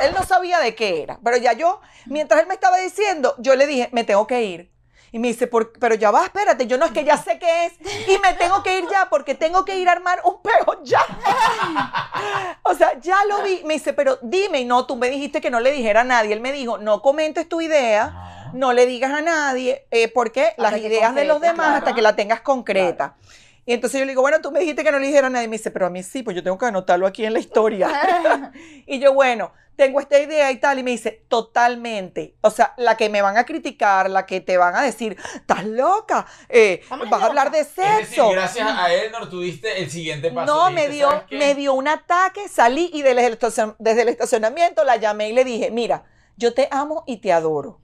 Speaker 4: él no sabía de qué era. Pero ya yo, mientras él me estaba diciendo, yo le dije, me tengo que ir. Y me dice, "Por- pero ya va, espérate, yo no es que ya sé qué es. Y me tengo que ir ya porque tengo que ir a armar un peo ya. O sea, ya lo vi. Me dice, pero dime, y no, tú me dijiste que no le dijera a nadie. Él me dijo, no comentes tu idea
Speaker 1: Ah.
Speaker 4: no le digas a nadie, eh, porque
Speaker 2: Hasta
Speaker 4: las
Speaker 2: que
Speaker 4: ideas de los
Speaker 2: concretes,
Speaker 4: demás hasta
Speaker 2: claro.
Speaker 4: que la tengas concreta. Y entonces yo le digo, bueno, tú me dijiste que no le dijera a nadie. Me dice, pero a mí sí, pues yo tengo que anotarlo aquí en la historia. y yo, bueno, tengo esta idea y tal. Y me dice, totalmente. O sea, la que me van a criticar, la que te van a decir, estás loca, eh,
Speaker 3: Estamos
Speaker 4: vas a hablar de
Speaker 1: Es decir,
Speaker 4: sexo.
Speaker 1: gracias a Elnor tuviste el siguiente paso.
Speaker 4: No,
Speaker 1: Dijiste,
Speaker 4: me dio,
Speaker 1: ¿sabes qué?
Speaker 4: me dio un ataque, salí y desde el, estacion- desde el estacionamiento la llamé y le dije, mira, yo te amo y te adoro.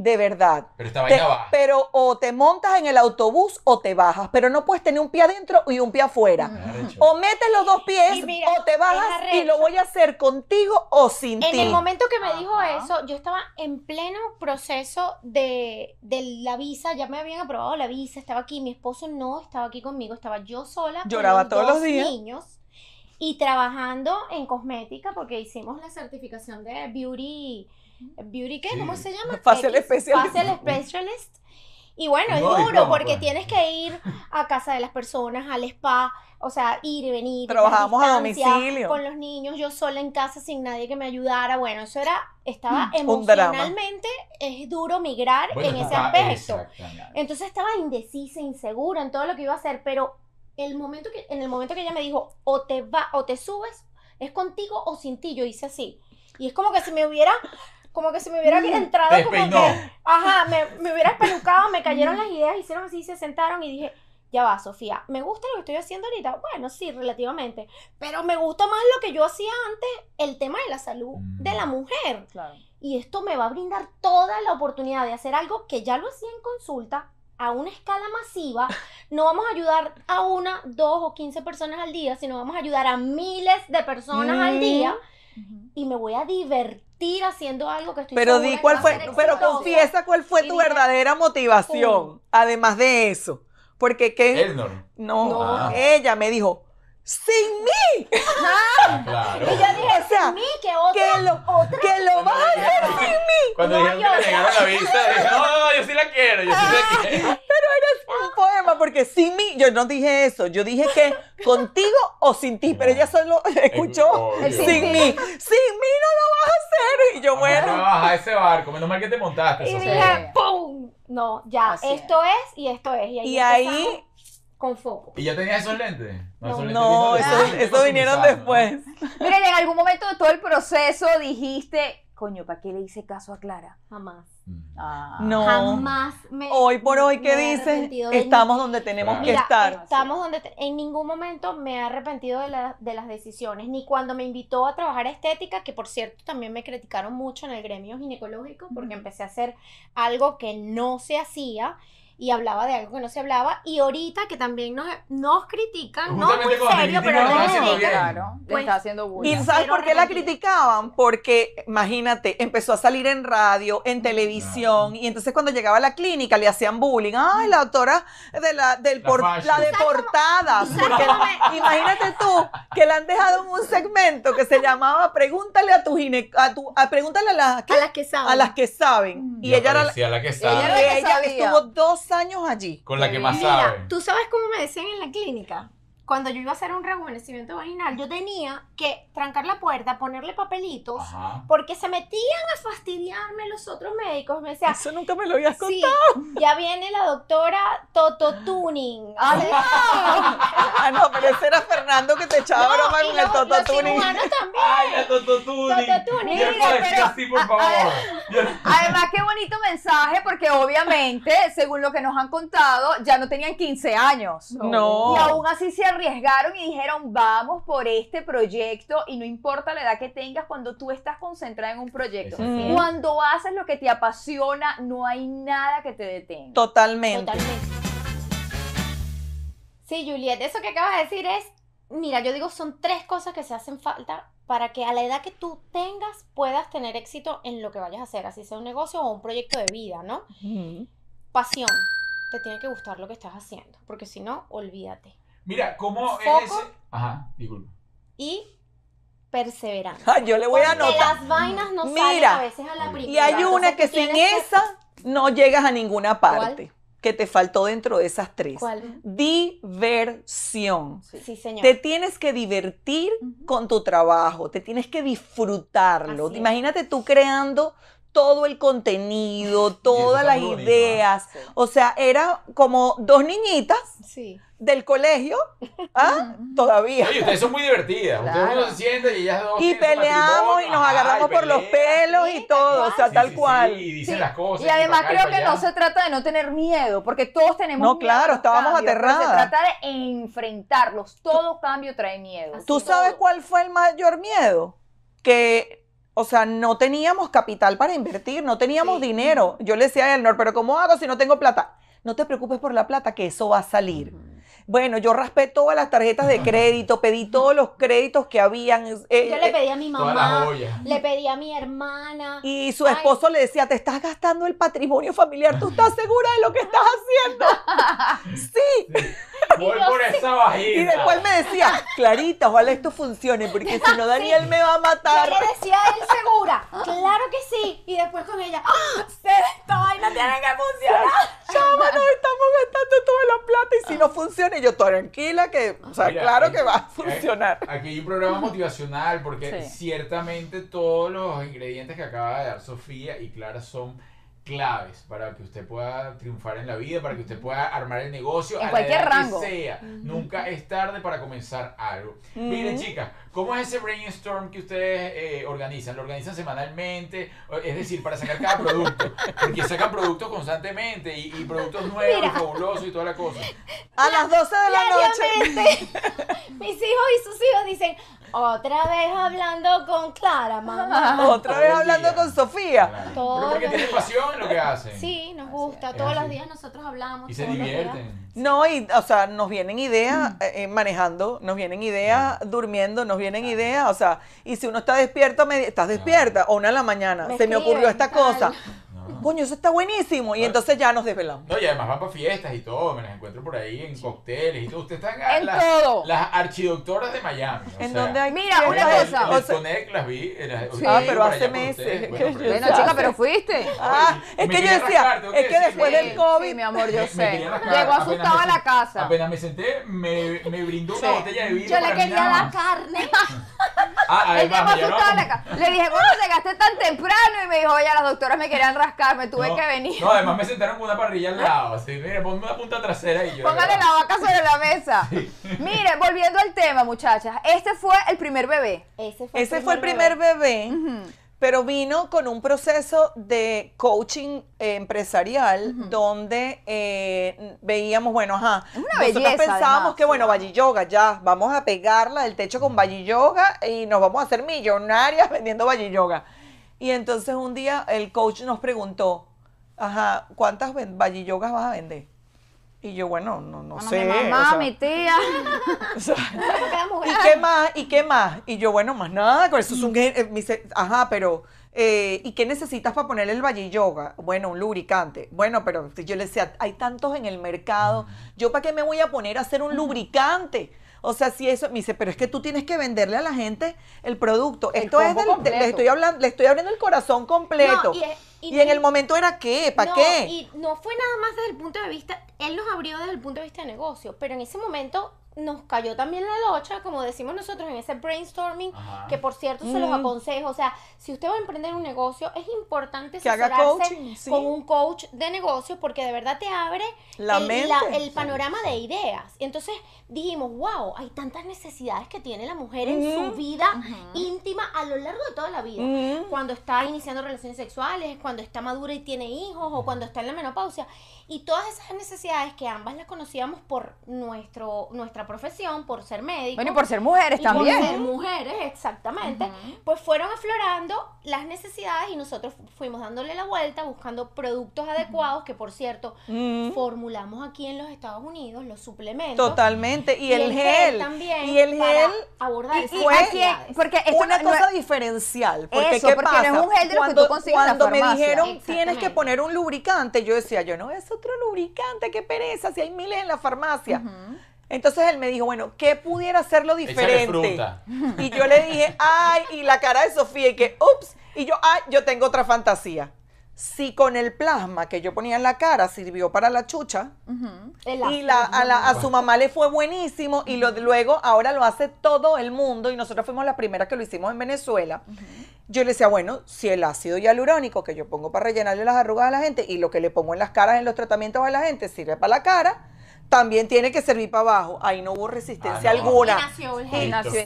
Speaker 4: De verdad.
Speaker 1: Pero esta
Speaker 4: Te-
Speaker 1: vaina va.
Speaker 4: pero o te montas en el autobús o te bajas, pero no puedes tener un pie adentro y un pie afuera.
Speaker 1: Arrecho.
Speaker 4: O metes los dos pies
Speaker 3: Y mira,
Speaker 4: o te bajas
Speaker 3: es
Speaker 4: y lo
Speaker 3: arrecho.
Speaker 4: voy a hacer contigo o sin
Speaker 3: En el
Speaker 4: ti.
Speaker 3: momento que me dijo
Speaker 2: Ajá.
Speaker 3: eso, yo estaba en pleno proceso de, de la visa, ya me habían aprobado la visa, estaba aquí, mi esposo no estaba aquí conmigo, estaba yo sola. con
Speaker 4: Lloraba todos los
Speaker 3: dos
Speaker 4: días.
Speaker 3: niños y trabajando en cosmética porque hicimos la certificación de beauty, beauty ¿qué?
Speaker 1: Sí.
Speaker 3: ¿Cómo se llama?
Speaker 4: Facial
Speaker 3: X,
Speaker 4: specialist.
Speaker 3: Facial specialist. Y bueno, es
Speaker 1: No,
Speaker 3: duro
Speaker 1: diploma,
Speaker 3: porque
Speaker 1: pues.
Speaker 3: tienes que ir a casa de las personas, al spa, o sea, ir y venir.
Speaker 4: Trabajábamos a
Speaker 3: distancia,
Speaker 4: domicilio.
Speaker 3: Con los niños, yo sola en casa sin nadie que me ayudara. Bueno, eso era, estaba
Speaker 4: un drama.
Speaker 3: emocionalmente, es duro migrar
Speaker 1: Mm, Bueno,
Speaker 3: en ese
Speaker 1: está-
Speaker 3: aspecto.
Speaker 1: exactamente.
Speaker 3: Entonces estaba indecisa, insegura en todo lo que iba a hacer, pero el momento que, en el momento que ella me dijo, o te va, o te subes, es contigo o sin ti, yo hice así. Y es como que si me hubiera, como que si me hubiera entrado
Speaker 1: Mm, Te
Speaker 3: como
Speaker 1: peinó.
Speaker 3: que, ajá, me, me hubiera pelucado, me cayeron las ideas, hicieron así, se sentaron y dije, ya va, Sofía, me gusta lo que estoy haciendo ahorita, bueno, sí, relativamente, pero me gusta más lo que yo hacía antes, el tema de la salud de la mujer
Speaker 2: claro.
Speaker 3: y esto me va a brindar toda la oportunidad de hacer algo que ya lo hacía en consulta, a una escala masiva, no vamos a ayudar a una, dos o quince personas al día, sino vamos a ayudar a miles de personas al día y me voy a divertir haciendo algo que estoy
Speaker 4: Pero
Speaker 3: segura
Speaker 4: di
Speaker 3: que
Speaker 4: cuál
Speaker 3: va a
Speaker 4: fue,
Speaker 3: ser
Speaker 4: pero
Speaker 3: exitoso.
Speaker 4: confiesa cuál fue
Speaker 3: Y
Speaker 4: tu
Speaker 3: dije,
Speaker 4: verdadera motivación, además de eso. Porque que
Speaker 1: Elnor.
Speaker 4: no,
Speaker 1: No. Ah.
Speaker 4: ella me dijo, sin mí,
Speaker 1: Ah, claro.
Speaker 3: Y yo dije,
Speaker 4: O sea,
Speaker 3: "Mí, que otra,
Speaker 4: que lo,
Speaker 3: otra".
Speaker 4: que lo vas a hacer sin mí.
Speaker 1: Cuando
Speaker 3: No,
Speaker 1: dijeron que
Speaker 3: yo-
Speaker 1: le negaron la visa, dije, no, no, no, yo sí la quiero, yo sí
Speaker 4: Ah,
Speaker 1: la quiero.
Speaker 4: Un poema, porque sin mí, yo no dije eso, yo dije que contigo o sin ti, pero ella solo escuchó
Speaker 1: obvio.
Speaker 4: sin mí, sin mí no lo vas a hacer. Y yo,
Speaker 1: Bueno.
Speaker 4: bueno,
Speaker 1: Baja ese barco, menos mal que te montaste.
Speaker 3: Y
Speaker 1: Sofía.
Speaker 3: dije, ¡pum! No, ya,
Speaker 2: Así
Speaker 3: esto es. y esto es. Y ahí,
Speaker 4: y ahí,
Speaker 3: empezamos con foco.
Speaker 1: ¿Y ya tenías esos lentes? No, esos lentes
Speaker 4: no,
Speaker 1: vino-
Speaker 4: eso,
Speaker 1: vino
Speaker 4: eso vinieron
Speaker 1: customizado, ¿no?
Speaker 4: después.
Speaker 2: Miren, en algún momento de todo el proceso dijiste, coño, ¿para qué le hice caso a Clara?
Speaker 3: Jamás.
Speaker 1: Mm.
Speaker 2: Ah.
Speaker 4: No.
Speaker 3: Jamás me.
Speaker 4: Hoy por hoy, ¿qué
Speaker 3: me he
Speaker 4: dices?
Speaker 3: arrepentido de
Speaker 4: Estamos donde tenemos
Speaker 1: Claro.
Speaker 4: que
Speaker 3: Mira,
Speaker 4: estar.
Speaker 3: Estamos donde te- en ningún momento me he arrepentido de, la- de las decisiones, ni cuando me invitó a trabajar a estética, que por cierto también me criticaron mucho en el gremio ginecológico porque empecé a hacer algo que no se hacía y hablaba de algo que no se hablaba y ahorita que también nos, nos critican, no muy
Speaker 1: Justamente cuando te
Speaker 3: serio, pero
Speaker 1: critican,
Speaker 3: nos
Speaker 1: lo estás haciendo
Speaker 3: critican.
Speaker 1: bien.
Speaker 2: Claro, le
Speaker 3: Pues,
Speaker 2: está haciendo
Speaker 4: ¿Y
Speaker 2: bullying.
Speaker 3: Bueno.
Speaker 4: sabes
Speaker 3: Pero
Speaker 4: por qué la
Speaker 3: arrepentida.
Speaker 4: criticaban? Porque, imagínate, empezó a salir en radio, en televisión, y entonces cuando llegaba a la clínica le hacían bullying. Ay, la doctora de la, del
Speaker 1: La
Speaker 4: por-
Speaker 1: fashion.
Speaker 4: la de portadas. Porque imagínate tú que le han dejado en un segmento que se llamaba Pregúntale a tu gine- a tu, a- pregúntale a las
Speaker 3: A las que saben.
Speaker 4: a las que
Speaker 1: Mm.
Speaker 4: saben. Y ella era la-
Speaker 1: parecía la que
Speaker 4: y
Speaker 2: Ella era la
Speaker 1: sabe,
Speaker 2: que
Speaker 4: ella
Speaker 2: sabía.
Speaker 4: estuvo dos años allí.
Speaker 1: con la que más sabe.
Speaker 3: Mira, tú sabes cómo me decían en la clínica. Cuando yo iba a hacer un rejuvenecimiento vaginal, yo tenía que trancar la puerta, ponerle papelitos,
Speaker 1: Ajá.
Speaker 3: porque se metían a fastidiarme los otros médicos. Me decían,
Speaker 4: Eso nunca me lo habías contado.
Speaker 3: sí, ya viene la doctora Toto Tuning.
Speaker 4: Ah, no, pero ese era Fernando que te echaba broma con el Toto Tuning.
Speaker 3: también.
Speaker 1: Ay, la Tototuni.
Speaker 3: Tototuni,
Speaker 1: Ya
Speaker 2: mira,
Speaker 1: no decía
Speaker 2: pero-
Speaker 1: así, por
Speaker 2: a- a
Speaker 1: favor. Ya no-
Speaker 2: Además, qué bonito mensaje, porque obviamente, según lo que nos han contado, ya no tenían 15 años.
Speaker 4: No.
Speaker 2: Y aún así se arriesgaron y dijeron, vamos por este proyecto y no importa la edad que tengas cuando tú estás concentrada en un proyecto.
Speaker 1: Eso sí.
Speaker 2: Cuando haces lo que te apasiona, no hay nada que te detenga.
Speaker 4: Totalmente.
Speaker 3: Totalmente. Sí, Juliet, eso que acabas de decir es, mira, yo digo, son tres cosas que se hacen falta para que a la edad que tú tengas puedas tener éxito en lo que vayas a hacer, así sea un negocio o un proyecto de vida, ¿no? Pasión. Te tiene que gustar lo que estás haciendo, porque si no, olvídate.
Speaker 1: Mira, ¿cómo
Speaker 3: Foco.
Speaker 1: es ese? Ajá, disculpa.
Speaker 3: Y perseverancia.
Speaker 4: Ay, yo le voy a
Speaker 3: Porque
Speaker 4: anotar.
Speaker 3: las vainas no
Speaker 4: Mira,
Speaker 3: salen a veces a la primera.
Speaker 4: Y hay una
Speaker 3: entonces
Speaker 4: que
Speaker 3: tú
Speaker 4: sin
Speaker 3: tienes que-
Speaker 4: esa no llegas a ninguna parte. Que te faltó dentro de esas tres.
Speaker 3: ¿Cuál?
Speaker 4: Diversión.
Speaker 3: Sí, señor.
Speaker 4: Te tienes que divertir con tu trabajo, te tienes que disfrutarlo.
Speaker 3: Así es.
Speaker 4: Imagínate tú creando todo el contenido, todas
Speaker 1: está
Speaker 4: las
Speaker 1: muy bonito, ¿ah?
Speaker 4: ideas. O sea, era como dos niñitas
Speaker 3: Sí.
Speaker 4: del colegio, ¿ah? todavía.
Speaker 1: Oye, ustedes son muy divertidas. Ustedes
Speaker 2: Claro.
Speaker 1: uno se sienta y ellas dos.
Speaker 4: Y
Speaker 1: tienen su
Speaker 4: peleamos y
Speaker 1: matrimonio,
Speaker 4: nos
Speaker 1: ajá,
Speaker 4: agarramos
Speaker 1: y
Speaker 4: por los
Speaker 1: pelean.
Speaker 4: pelos
Speaker 3: Sí,
Speaker 4: y
Speaker 3: tal
Speaker 4: todo, o
Speaker 3: cual.
Speaker 4: sea,
Speaker 1: Sí,
Speaker 4: tal
Speaker 1: sí,
Speaker 4: cual.
Speaker 1: sí, y dicen
Speaker 2: Sí.
Speaker 1: las cosas.
Speaker 2: Y además
Speaker 1: para acá y
Speaker 2: creo
Speaker 1: para
Speaker 2: que no
Speaker 1: allá.
Speaker 2: se trata de no tener miedo, porque todos tenemos
Speaker 4: No,
Speaker 2: miedo
Speaker 4: claro,
Speaker 2: a los
Speaker 4: estábamos
Speaker 2: cambios, pero
Speaker 4: aterradas.
Speaker 2: Se trata de enfrentarlos. Todo cambio trae miedo.
Speaker 3: Así
Speaker 4: ¿Tú
Speaker 3: todo.
Speaker 4: sabes cuál fue el mayor miedo? Que, o sea, no teníamos capital para invertir, no teníamos
Speaker 3: Sí.
Speaker 4: dinero. Yo le decía a Elnor, pero ¿cómo hago si no tengo plata? No te preocupes por la plata, que eso va a salir. Bueno, yo raspé todas las tarjetas de crédito, pedí todos los créditos que habían. eh,
Speaker 3: Yo le
Speaker 4: eh,
Speaker 3: pedí a mi
Speaker 1: Todas las
Speaker 3: mamá,
Speaker 1: joyas.
Speaker 3: le pedí a mi hermana.
Speaker 4: y su
Speaker 3: Ay.
Speaker 4: esposo le decía, te estás gastando el patrimonio familiar, ¿tú estás segura de lo que estás haciendo? sí,
Speaker 1: Voy por esa bajita.
Speaker 4: Y después me decía, Clarita, ojalá esto funcione, porque si no Daniel me va a
Speaker 3: Yo
Speaker 4: matar.
Speaker 3: le decía a él segura, claro que sí. Y después con ella, ¡Ah! esta vaina tiene que funcionar.
Speaker 4: Chama, nos estamos gastando toda la plata y si no funciona, y yo tranquila que, o sea,
Speaker 1: Mira,
Speaker 4: claro
Speaker 1: eh,
Speaker 4: que va a
Speaker 1: eh,
Speaker 4: funcionar.
Speaker 1: Aquí hay un programa motivacional porque
Speaker 2: Sí.
Speaker 1: ciertamente todos los ingredientes que acaba de dar Sofía y Clara son claves para que usted pueda triunfar en la vida, para que usted pueda armar el negocio
Speaker 2: En
Speaker 1: a la
Speaker 2: cualquier
Speaker 1: edad que
Speaker 2: rango.
Speaker 1: sea. Nunca es tarde para comenzar algo. Miren,
Speaker 4: Ujú.
Speaker 1: chicas, ¿cómo es ese brainstorm que ustedes eh, organizan? ¿Lo organizan semanalmente? O- Es decir, para sacar cada producto. Porque sacan productos constantemente y, y productos nuevos, y fabulosos y toda la cosa.
Speaker 4: A las 12 de la noche.
Speaker 3: Diariamente, mis hijos y sus hijos dicen, Otra vez hablando con Clara,
Speaker 4: Ah.
Speaker 3: mamá.
Speaker 4: Otra vez
Speaker 1: Todo el
Speaker 4: hablando
Speaker 1: día.
Speaker 4: con Sofía.
Speaker 1: Claro.
Speaker 3: Todos
Speaker 1: Pero porque
Speaker 3: los
Speaker 1: tienen
Speaker 3: días.
Speaker 1: pasión en lo que hacen.
Speaker 3: Sí, nos gusta.
Speaker 1: es
Speaker 3: Todos los
Speaker 1: así.
Speaker 3: días nosotros hablamos.
Speaker 1: Y se
Speaker 3: todos los días.
Speaker 1: divierten.
Speaker 4: No, y, o sea, nos vienen ideas
Speaker 1: Mm.
Speaker 4: eh, eh, manejando, nos vienen ideas durmiendo, nos vienen ideas, o sea, y si uno está despierto, me- estás despierta, o una de la mañana,
Speaker 3: Me
Speaker 4: se me ocurrió
Speaker 3: escriben,
Speaker 4: esta
Speaker 3: tal.
Speaker 4: cosa. Coño, eso está buenísimo. Y entonces ya nos desvelamos.
Speaker 1: No, y además van para fiestas y todo, me las encuentro por ahí en cócteles y todo. Ustedes están
Speaker 2: En
Speaker 1: las,
Speaker 2: todo.
Speaker 1: las archidoctoras de Miami. o
Speaker 4: ¿En
Speaker 1: sea, ah,
Speaker 4: donde hay
Speaker 2: Mira,
Speaker 4: fiestas?
Speaker 2: una
Speaker 1: el-
Speaker 2: cosa.
Speaker 1: el
Speaker 4: O sea,
Speaker 1: Disconnect las vi. eh, las-
Speaker 2: Sí.
Speaker 1: las
Speaker 2: Ah,
Speaker 1: vi
Speaker 4: pero
Speaker 1: por
Speaker 4: hace
Speaker 1: allá con
Speaker 4: meses,
Speaker 1: ustedes.
Speaker 4: que
Speaker 1: Bueno,
Speaker 4: yo-
Speaker 1: pero-
Speaker 2: Bueno,
Speaker 4: Ya
Speaker 2: chica,
Speaker 4: sé.
Speaker 2: pero fuiste.
Speaker 4: Ah,
Speaker 1: Me
Speaker 4: es que yo
Speaker 1: quería rascar,
Speaker 4: decía,
Speaker 1: tengo que
Speaker 4: es que
Speaker 1: decirlo.
Speaker 4: después del
Speaker 2: Sí,
Speaker 4: COVID,
Speaker 2: mi amor, yo
Speaker 1: Me- me
Speaker 2: sé.
Speaker 1: quería rascar,
Speaker 2: Llegó
Speaker 1: apenas
Speaker 2: asustado
Speaker 1: me
Speaker 2: a la
Speaker 1: senté-
Speaker 2: casa.
Speaker 1: Apenas me senté, me, me brindó una
Speaker 2: Sí.
Speaker 1: botella de vino.
Speaker 8: Yo le
Speaker 1: para mí
Speaker 8: quería
Speaker 1: nada
Speaker 8: dar
Speaker 1: más.
Speaker 8: carne.
Speaker 1: Ah,
Speaker 2: Él llegó
Speaker 1: además, me
Speaker 2: asustado a la
Speaker 1: llevaron-
Speaker 2: casa. Le dije, ¿cómo llegaste tan temprano? Y me dijo, oye, las doctoras me querían rascar, me tuve
Speaker 1: no,
Speaker 2: que venir.
Speaker 1: No, además me sentaron con una parrilla al lado. Así, mira, ponme la punta trasera y yo.
Speaker 2: Póngale la vaca sobre la mesa. Mire, volviendo al tema, muchachas. Este fue el primer bebé.
Speaker 3: Ese fue,
Speaker 4: ese fue el primer
Speaker 3: bebé.
Speaker 4: bebé, pero vino con un proceso de coaching eh, empresarial donde eh, veíamos, bueno, ajá,
Speaker 2: belleza,
Speaker 4: pensábamos
Speaker 2: además,
Speaker 4: que, bueno, Valle Yoga, ya, vamos a pegarla del techo con Valle Yoga y nos vamos a hacer millonarias vendiendo Valle Yoga. Y entonces un día el coach nos preguntó, ajá, ¿cuántas ven- Valle Yogas vas a vender? Y yo, bueno, no, no
Speaker 2: Bueno,
Speaker 4: sé.
Speaker 2: mi
Speaker 4: o
Speaker 2: mamá,
Speaker 4: sea,
Speaker 2: mi tía.
Speaker 4: o sea,
Speaker 3: Cada mujer-
Speaker 4: ¿Y qué más? ¿Y qué más? Y yo, bueno, más nada, con eso es un... gen- eh, me dice, ajá, pero... eh, ¿Y qué necesitas para ponerle el Valle Yoga? Bueno, un lubricante. Bueno, pero yo le decía, hay tantos en el mercado. ¿Yo para qué me voy a poner a hacer un lubricante? O sea, si eso, me dice, pero es que tú tienes que venderle a la gente el producto.
Speaker 2: El
Speaker 4: Esto es
Speaker 2: combo
Speaker 4: del- te-
Speaker 2: completo.
Speaker 4: le estoy hablando, le estoy abriendo el corazón completo.
Speaker 3: No, y, y-
Speaker 4: y, en el momento era qué, ¿para
Speaker 3: no,
Speaker 4: qué?
Speaker 3: Y no fue nada más desde el punto de vista, él nos abrió desde el punto de vista de negocio, pero en ese momento nos cayó también la locha, como decimos nosotros en ese brainstorming,
Speaker 1: Ajá.
Speaker 3: que por cierto se los
Speaker 4: Mm.
Speaker 3: aconsejo, o sea, si usted va a emprender un negocio, es importante
Speaker 4: Que haga
Speaker 3: asesorarse
Speaker 4: coaching, sí.
Speaker 3: con un coach de negocio porque de verdad te abre
Speaker 4: La
Speaker 3: el,
Speaker 4: mente.
Speaker 3: el panorama de ideas. Entonces dijimos, wow, hay tantas necesidades que tiene la mujer en su vida íntima a lo largo de toda la vida
Speaker 4: Mm.
Speaker 3: cuando está iniciando relaciones sexuales, cuando está madura y tiene hijos o cuando está en la menopausia. Y todas esas necesidades que ambas las conocíamos por nuestro, nuestra profesión, por ser médicos.
Speaker 2: Bueno, y por ser mujeres
Speaker 3: y por
Speaker 2: también.
Speaker 3: ser mujeres, exactamente. Pues fueron aflorando las necesidades y nosotros fu- fuimos dándole la vuelta, buscando productos adecuados, que por cierto,
Speaker 4: Mm.
Speaker 3: formulamos aquí en los Estados Unidos, los suplementos.
Speaker 4: Totalmente. Y, el, gel.
Speaker 3: también.
Speaker 4: y el
Speaker 3: para
Speaker 4: gel
Speaker 3: abordar
Speaker 4: y-
Speaker 3: esas
Speaker 4: y
Speaker 2: Aquí,
Speaker 3: necesidades.
Speaker 2: porque esto
Speaker 4: una
Speaker 2: no- no
Speaker 4: cosa
Speaker 2: es-
Speaker 4: diferencial. Porque,
Speaker 2: Eso,
Speaker 4: ¿qué
Speaker 2: porque no es
Speaker 4: pasa?
Speaker 2: un gel de lo que tú
Speaker 4: cuando,
Speaker 2: consigues en la
Speaker 4: Cuando me
Speaker 2: farmacia.
Speaker 4: dijeron, tienes que
Speaker 3: Exactamente.
Speaker 4: poner un lubricante, yo decía, yo no, es otro lubricante, qué pereza, si hay miles en la farmacia. Entonces él me dijo, bueno, ¿qué pudiera hacerlo
Speaker 1: Échale
Speaker 4: diferente?
Speaker 1: fruta.
Speaker 4: Y yo le dije, ay, y la cara de Sofía, y que, ups, y yo, ay, yo tengo otra fantasía. Si con el plasma que yo ponía en la cara sirvió para la chucha,
Speaker 3: El
Speaker 4: y la, a, la- a su mamá le fue buenísimo y lo, luego ahora lo hace todo el mundo y nosotros fuimos las primeras que lo hicimos en Venezuela. Yo le decía, bueno, si el ácido hialurónico que yo pongo para rellenarle las arrugas a la gente y lo que le pongo en las caras en los tratamientos a la gente sirve para la cara, también tiene que servir para abajo. Ahí no hubo resistencia
Speaker 1: Ah, no.
Speaker 4: alguna.
Speaker 3: Y nació el gel.
Speaker 1: Listo.
Speaker 2: Nació-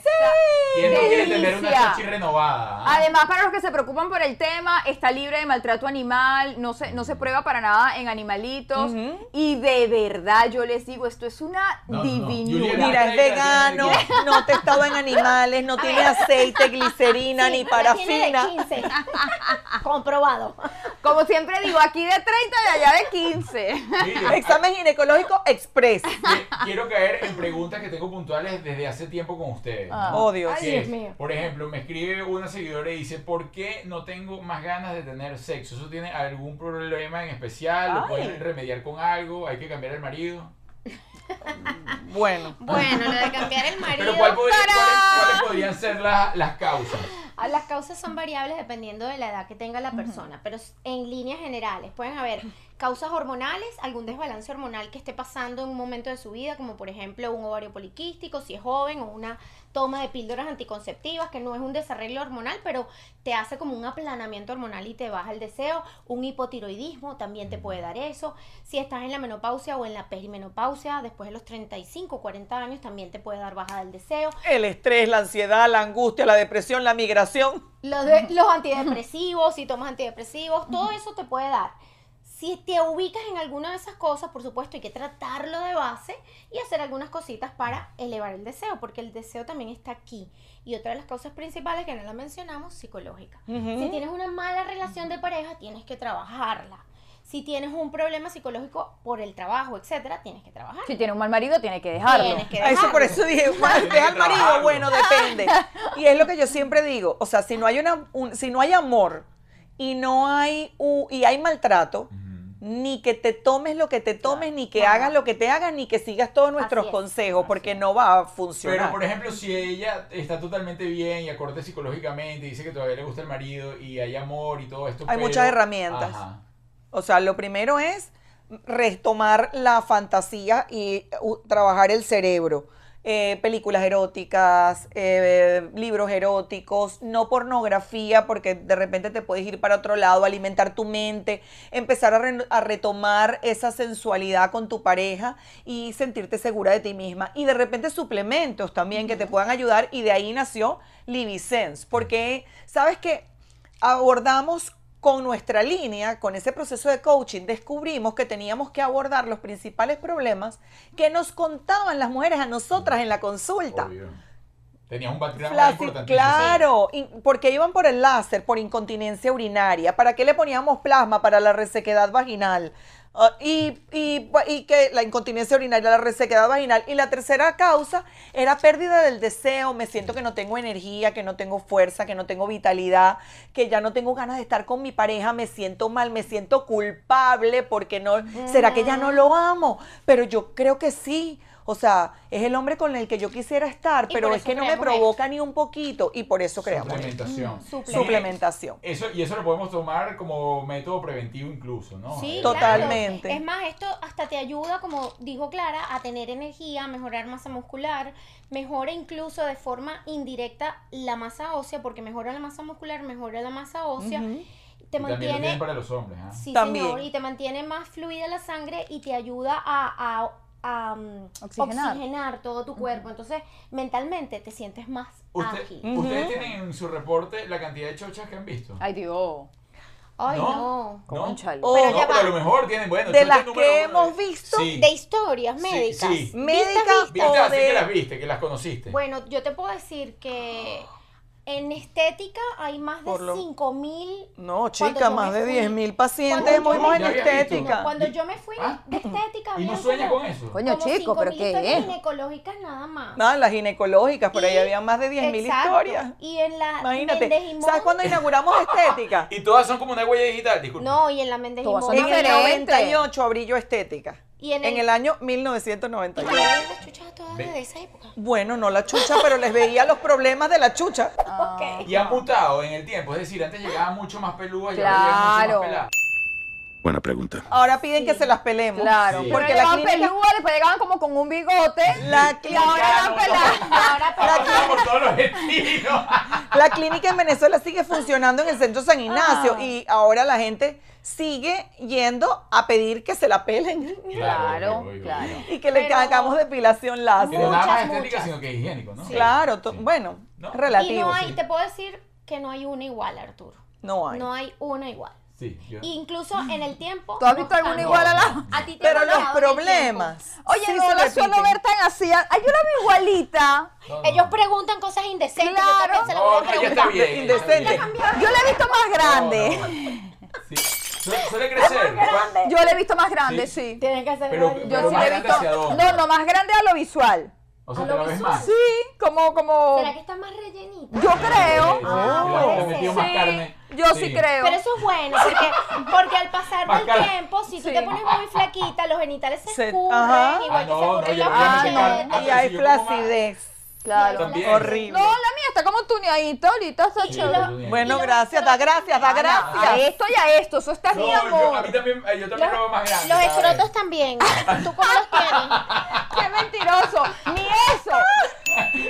Speaker 1: ¿Quién no quiere tener una
Speaker 2: Delicia.
Speaker 1: chachi renovada? ah?
Speaker 2: Además, para los que se preocupan por el tema, está libre de maltrato animal, no se, no se prueba para nada en animalitos.
Speaker 4: Ujú.
Speaker 2: Y de verdad, yo les digo, esto es una
Speaker 1: No, no, no.
Speaker 2: divinura.
Speaker 1: Juliana,
Speaker 4: Mira, es
Speaker 1: Mira,
Speaker 4: vegano,
Speaker 1: mira.
Speaker 4: no testado en animales, no tiene aceite, glicerina,
Speaker 3: Sí,
Speaker 4: ni
Speaker 3: la tiene de
Speaker 4: parafina.
Speaker 3: 15. Comprobado.
Speaker 2: Como siempre digo, aquí de 30 y allá de 15.
Speaker 1: Mire,
Speaker 4: Examen ginecológico express.
Speaker 1: qui- quiero caer en preguntas que tengo puntuales desde hace tiempo con ustedes. ¿no?
Speaker 4: Oh, Dios.
Speaker 1: Que
Speaker 3: Dios
Speaker 1: es,
Speaker 3: mío.
Speaker 1: Por ejemplo, me escribe una seguidora y dice, ¿por qué no tengo más ganas de tener sexo? ¿Eso tiene algún problema en especial? ¿Lo
Speaker 4: Ay.
Speaker 1: pueden remediar con algo? ¿Hay que cambiar el marido?
Speaker 4: Bueno.
Speaker 3: Bueno, lo de cambiar el marido.
Speaker 1: Pero ¿cuál podría- cuáles, cuáles podrían ser la- las causas?
Speaker 3: Ah, Las causas son variables dependiendo de la edad que tenga la persona, pero s- en líneas generales pueden haber causas hormonales, algún desbalance hormonal que esté pasando en un momento de su vida, como por ejemplo un ovario poliquístico, si es joven, o una toma de píldoras anticonceptivas, que no es un desarreglo hormonal, pero te hace como un aplanamiento hormonal y te baja el deseo, un hipotiroidismo también te puede dar eso, si estás en la menopausia o en la perimenopausia, después de los 35, 40 años también te puede dar baja del deseo,
Speaker 4: El estrés, la ansiedad, la angustia, la depresión, la migración.
Speaker 3: Los, de- los antidepresivos, si tomas antidepresivos, todo eso te puede dar. Si si te ubicas en alguna de esas cosas, por supuesto, hay que tratarlo de base y hacer algunas cositas para elevar el deseo, porque el deseo también está aquí. Y otra de las causas principales que no la mencionamos, psicológica.
Speaker 4: Ujú.
Speaker 3: Si tienes una mala relación de pareja, tienes que trabajarla. Si tienes un problema psicológico por el trabajo, etcétera, tienes que trabajar.
Speaker 2: Si tiene un mal marido, tiene que dejarlo.
Speaker 3: Tienes que
Speaker 4: Ah, Eso por
Speaker 3: dejarlo.
Speaker 4: eso dije, "Mal, deja al marido, bueno, depende. Y es lo que yo siempre digo, o sea, si no hay una un- si no hay amor y no hay u- y hay maltrato, ni que te tomes lo que te tomes, ni que hagas lo que te hagas, ni que sigas todos nuestros
Speaker 3: es,
Speaker 4: consejos, porque no va a
Speaker 1: Pero,
Speaker 4: funcionar.
Speaker 1: por ejemplo, si ella está totalmente bien y acorde psicológicamente, dice que todavía le gusta el marido y hay amor y todo esto.
Speaker 4: Hay
Speaker 1: pero-
Speaker 4: muchas herramientas.
Speaker 1: Ajá.
Speaker 4: O sea, lo primero es retomar la fantasía y u- trabajar el cerebro. Eh, películas eróticas, eh, libros eróticos, no pornografía, porque de repente te puedes ir para otro lado, alimentar tu mente, empezar a, re- a retomar esa sensualidad con tu pareja y sentirte segura de ti misma. Y de repente suplementos también que te puedan ayudar. Y de ahí nació Livisense, porque sabes que abordamos con nuestra línea, con ese proceso de coaching, descubrimos que teníamos que abordar los principales problemas que nos contaban las mujeres a nosotras en la consulta.
Speaker 1: Obvio. Tenías un background
Speaker 4: Flaci-
Speaker 1: importante.
Speaker 4: claro, in- porque iban por el láser, por incontinencia urinaria. ¿Para qué le poníamos plasma? Para la resequedad vaginal. Ah, y, y- pues, y que la incontinencia urinaria, la resequedad vaginal. Y la tercera causa era pérdida del deseo. Me siento que no tengo energía, que no tengo fuerza, que no tengo vitalidad, que ya no tengo ganas de estar con mi pareja. Me siento mal, me siento culpable porque no. ¿Será que ya no
Speaker 3: Mm.
Speaker 4: lo amo? Pero yo creo que sí. O sea, es el hombre con el que yo quisiera estar,
Speaker 3: Y
Speaker 4: pero
Speaker 3: por
Speaker 4: es
Speaker 3: eso
Speaker 4: que no me
Speaker 3: creamos
Speaker 4: provoca toca ni un poquito y por eso creamos esto.
Speaker 1: Suplementación.
Speaker 3: Suple-
Speaker 4: suplementación.
Speaker 1: Eso, y eso lo podemos tomar como método preventivo incluso, ¿no?
Speaker 3: Sí,
Speaker 1: Eh,
Speaker 3: claro.
Speaker 4: Totalmente.
Speaker 3: Es más, esto hasta te ayuda, como dijo Clara, a tener energía, a mejorar masa muscular, mejora incluso de forma indirecta la masa ósea, porque mejora la masa muscular, mejora la masa ósea,
Speaker 4: Ujú.
Speaker 3: te
Speaker 1: y también lo tienen
Speaker 3: mantiene,
Speaker 1: para los hombres. ¿ah?
Speaker 3: sí,
Speaker 4: También.
Speaker 3: señor, y te mantiene más fluida la sangre y te ayuda a, a- a, um,
Speaker 2: Oxigenar.
Speaker 3: oxigenar todo tu cuerpo. Entonces, mentalmente te sientes más
Speaker 1: Usted-
Speaker 3: ágil.
Speaker 4: Ujú.
Speaker 1: Ustedes tienen en su reporte la cantidad de chochas que han visto.
Speaker 2: Ay, Dios.
Speaker 3: Ay,
Speaker 1: ¿No?
Speaker 3: no.
Speaker 1: ¿No?
Speaker 2: Conchale.
Speaker 4: Oh,
Speaker 1: No,
Speaker 3: Pero ya
Speaker 1: pero a
Speaker 3: va.
Speaker 1: lo mejor tienen, bueno,
Speaker 4: De
Speaker 1: chochas
Speaker 4: las
Speaker 1: número
Speaker 4: que
Speaker 1: uno.
Speaker 4: hemos visto,
Speaker 1: Sí.
Speaker 3: De historias
Speaker 1: Sí,
Speaker 3: médicas.
Speaker 1: sí.
Speaker 4: médica
Speaker 1: Viste
Speaker 4: o
Speaker 1: así que las
Speaker 4: de...
Speaker 1: viste, que las conociste.
Speaker 3: Bueno, yo te puedo decir que en estética hay más de
Speaker 4: Por lo-
Speaker 3: 5000
Speaker 4: No,
Speaker 3: Cuando
Speaker 4: chica,
Speaker 3: yo
Speaker 4: más
Speaker 3: me
Speaker 4: de
Speaker 3: fui-
Speaker 4: 10.000
Speaker 3: Cuando
Speaker 4: pacientes
Speaker 3: yo
Speaker 4: hemos
Speaker 3: me-
Speaker 4: en
Speaker 1: Ya había visto.
Speaker 4: estética.
Speaker 3: Cuando
Speaker 1: Y-
Speaker 3: yo me fui
Speaker 1: ¿Ah?
Speaker 3: de estética,
Speaker 1: ¿Y no
Speaker 3: habían
Speaker 1: sueña
Speaker 3: como-
Speaker 1: con eso?
Speaker 2: Coño,
Speaker 3: como
Speaker 2: chico, pero
Speaker 3: 5.000
Speaker 2: ¿qué
Speaker 3: historias
Speaker 2: es?
Speaker 3: ginecológicas nada más.
Speaker 4: Nada, Ah, las ginecológicas, por ahí
Speaker 3: Y-
Speaker 4: había más de 10.000
Speaker 3: Exacto.
Speaker 4: historias.
Speaker 3: Y en la Méndez y
Speaker 4: Imagínate,
Speaker 3: Mon-
Speaker 4: ¿sabes cuándo inauguramos estética?
Speaker 1: Y todas son como una huella digital, disculpa.
Speaker 3: No, y en la Méndez y
Speaker 2: Todas
Speaker 3: Mon-
Speaker 2: son
Speaker 4: En el
Speaker 2: Diferente.
Speaker 4: 98 abrí yo estética,
Speaker 3: Y en el,
Speaker 4: en el año
Speaker 3: y
Speaker 4: 1998.
Speaker 3: en las chuchas todas de esa época.
Speaker 4: Bueno, no la chucha, pero les veía los problemas de la chucha.
Speaker 3: Ah,
Speaker 2: Ah.
Speaker 3: Ok.
Speaker 1: Y han mutado en el tiempo, es decir, antes llegaban mucho más peludas y ahora llegan mucho
Speaker 2: Claro.
Speaker 1: más peladas.
Speaker 9: Buena pregunta.
Speaker 4: Ahora piden que se las pelemos.
Speaker 2: Claro.
Speaker 1: Sí.
Speaker 2: Porque
Speaker 4: Porque
Speaker 2: llegaban
Speaker 4: la clínica,
Speaker 2: pelúa, después llegaban como con un bigote.
Speaker 4: la
Speaker 2: y ahora
Speaker 1: Ya,
Speaker 2: van
Speaker 1: no,
Speaker 2: peladas.
Speaker 3: Ahora pero-
Speaker 1: Pasamos por todos los estilos.
Speaker 4: La clínica en Venezuela sigue funcionando en el centro San Ignacio
Speaker 2: Ah.
Speaker 4: y ahora la gente sigue yendo a pedir que se la pelen
Speaker 2: Claro,
Speaker 1: obvio, obvio,
Speaker 2: claro.
Speaker 1: obvio.
Speaker 4: y que le
Speaker 3: Pero-
Speaker 4: hagamos depilación láser.
Speaker 1: Que no nada más
Speaker 3: Muchas,
Speaker 1: estética,
Speaker 3: muchas.
Speaker 1: sino que es higiénico, ¿no?
Speaker 4: Claro, to-
Speaker 1: Sí.
Speaker 4: bueno,
Speaker 1: No.
Speaker 3: y
Speaker 4: relativo.
Speaker 3: no
Speaker 4: sí.
Speaker 3: hay, te puedo decir que no hay una igual, Arturo.
Speaker 4: No hay.
Speaker 3: No hay una igual.
Speaker 1: Sí, yo-
Speaker 3: Incluso en el tiempo.
Speaker 2: ¿Tú has
Speaker 3: no
Speaker 2: visto alguna
Speaker 3: cambia.
Speaker 2: igual a la-
Speaker 3: A ti te
Speaker 4: Pero
Speaker 3: han
Speaker 4: los
Speaker 3: hablado del tiempo.
Speaker 4: problemas.
Speaker 2: Oye,
Speaker 4: sí
Speaker 2: no
Speaker 4: se
Speaker 2: la suelo
Speaker 4: repiten.
Speaker 2: ver tan así. Ay, yo la vi igualita.
Speaker 1: No, no,
Speaker 3: Ellos
Speaker 1: no.
Speaker 3: preguntan cosas indecentes.
Speaker 2: Claro.
Speaker 3: Yo también se las voy
Speaker 1: No,
Speaker 3: a
Speaker 1: no, ya
Speaker 3: preguntar.
Speaker 1: está bien. ella está
Speaker 4: Indecente.
Speaker 1: bien.
Speaker 2: Yo la he visto más grande.
Speaker 1: No, no. Sí. Suele, suele crecer. ¿cuál?
Speaker 2: Yo la he visto más grande,
Speaker 1: Sí.
Speaker 2: sí.
Speaker 3: Tienen que ser.
Speaker 1: Pero-
Speaker 3: varios.
Speaker 2: Yo
Speaker 1: Pero
Speaker 2: sí
Speaker 1: más
Speaker 2: la he
Speaker 1: grande
Speaker 2: visto.
Speaker 1: hacia dónde.
Speaker 2: No, no, más grande a lo visual.
Speaker 1: O sea,
Speaker 3: A
Speaker 1: te
Speaker 3: lo
Speaker 1: la ves
Speaker 3: visual.
Speaker 1: más.
Speaker 2: Sí, como, como.
Speaker 3: ¿Será que está más rellenita?
Speaker 2: Yo creo.
Speaker 1: Sí, sí,
Speaker 3: Ah,
Speaker 1: le has
Speaker 3: puede
Speaker 1: metido
Speaker 3: ser.
Speaker 1: más carne.
Speaker 2: Yo sí, creo.
Speaker 3: Pero eso es bueno, porque, porque al pasar
Speaker 1: Más
Speaker 3: del
Speaker 1: cara.
Speaker 3: tiempo, si tú
Speaker 2: Sí.
Speaker 3: te pones muy flaquita, los genitales se,
Speaker 4: Se-
Speaker 3: escurren,
Speaker 4: ajá.
Speaker 3: igual
Speaker 1: Ah,
Speaker 3: que
Speaker 1: no,
Speaker 3: se
Speaker 1: no,
Speaker 3: escurren
Speaker 1: yo- yo
Speaker 3: las
Speaker 1: me quedo-
Speaker 4: Ay,
Speaker 1: Ah,
Speaker 3: venas.
Speaker 4: y
Speaker 1: pero
Speaker 4: hay
Speaker 1: si yo como más-
Speaker 4: flacidez.
Speaker 2: claro.
Speaker 1: También.
Speaker 4: Horrible.
Speaker 2: No, la mía está como tuneadita ahorita, está
Speaker 1: Sí,
Speaker 2: chévere.
Speaker 1: tú tienes.
Speaker 4: Bueno,
Speaker 3: Y lo-
Speaker 4: gracias, da gracias, da
Speaker 2: A
Speaker 4: gracias.
Speaker 2: esto y a esto, eso está
Speaker 1: No,
Speaker 2: mi
Speaker 1: yo, a
Speaker 2: amor.
Speaker 1: mí también, eh, yo también lo veo más grande.
Speaker 3: Los
Speaker 1: cada vez.
Speaker 3: escrotos también. ¿Tú cómo los tienes?
Speaker 2: Qué mentiroso. Ni eso.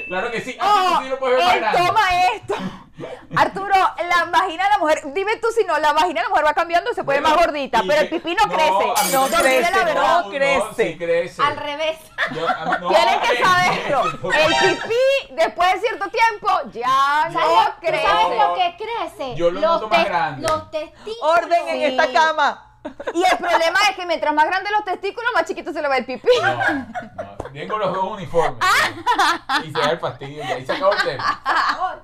Speaker 1: Claro que sí. Ah,
Speaker 2: Oh,
Speaker 1: sí, tú sí lo puedes ver más
Speaker 2: él
Speaker 1: grande.
Speaker 2: toma esto. Arturo, la vagina de la mujer, dime tú si no, la vagina de la mujer va cambiando, se pone
Speaker 1: Bueno,
Speaker 2: más gordita,
Speaker 1: y
Speaker 2: pero el
Speaker 1: que-
Speaker 2: pipí no, crece.
Speaker 4: no
Speaker 1: a mí
Speaker 2: Entonces,
Speaker 4: crece,
Speaker 2: dile la
Speaker 4: no.
Speaker 2: verdad.
Speaker 4: crece.
Speaker 1: sí crece.
Speaker 3: Al revés.
Speaker 1: Yo- a mí- no,
Speaker 2: Tienen que
Speaker 1: crece.
Speaker 2: saberlo. El pipí, después de cierto tiempo, ya
Speaker 3: ¿Sabes,
Speaker 2: no
Speaker 3: ¿Tú sabes
Speaker 2: crece.
Speaker 3: lo que crece?
Speaker 1: Yo lo noto más
Speaker 3: tes-
Speaker 1: grande.
Speaker 3: Los testículos.
Speaker 4: Orden en esta cama.
Speaker 2: Y el problema es que mientras más grandes los testículos, más chiquito se le va el pipí.
Speaker 1: No, no. Vengo los dos uniformes. ¿no? Y se da el fastidio. Y ahí se acabó el tema.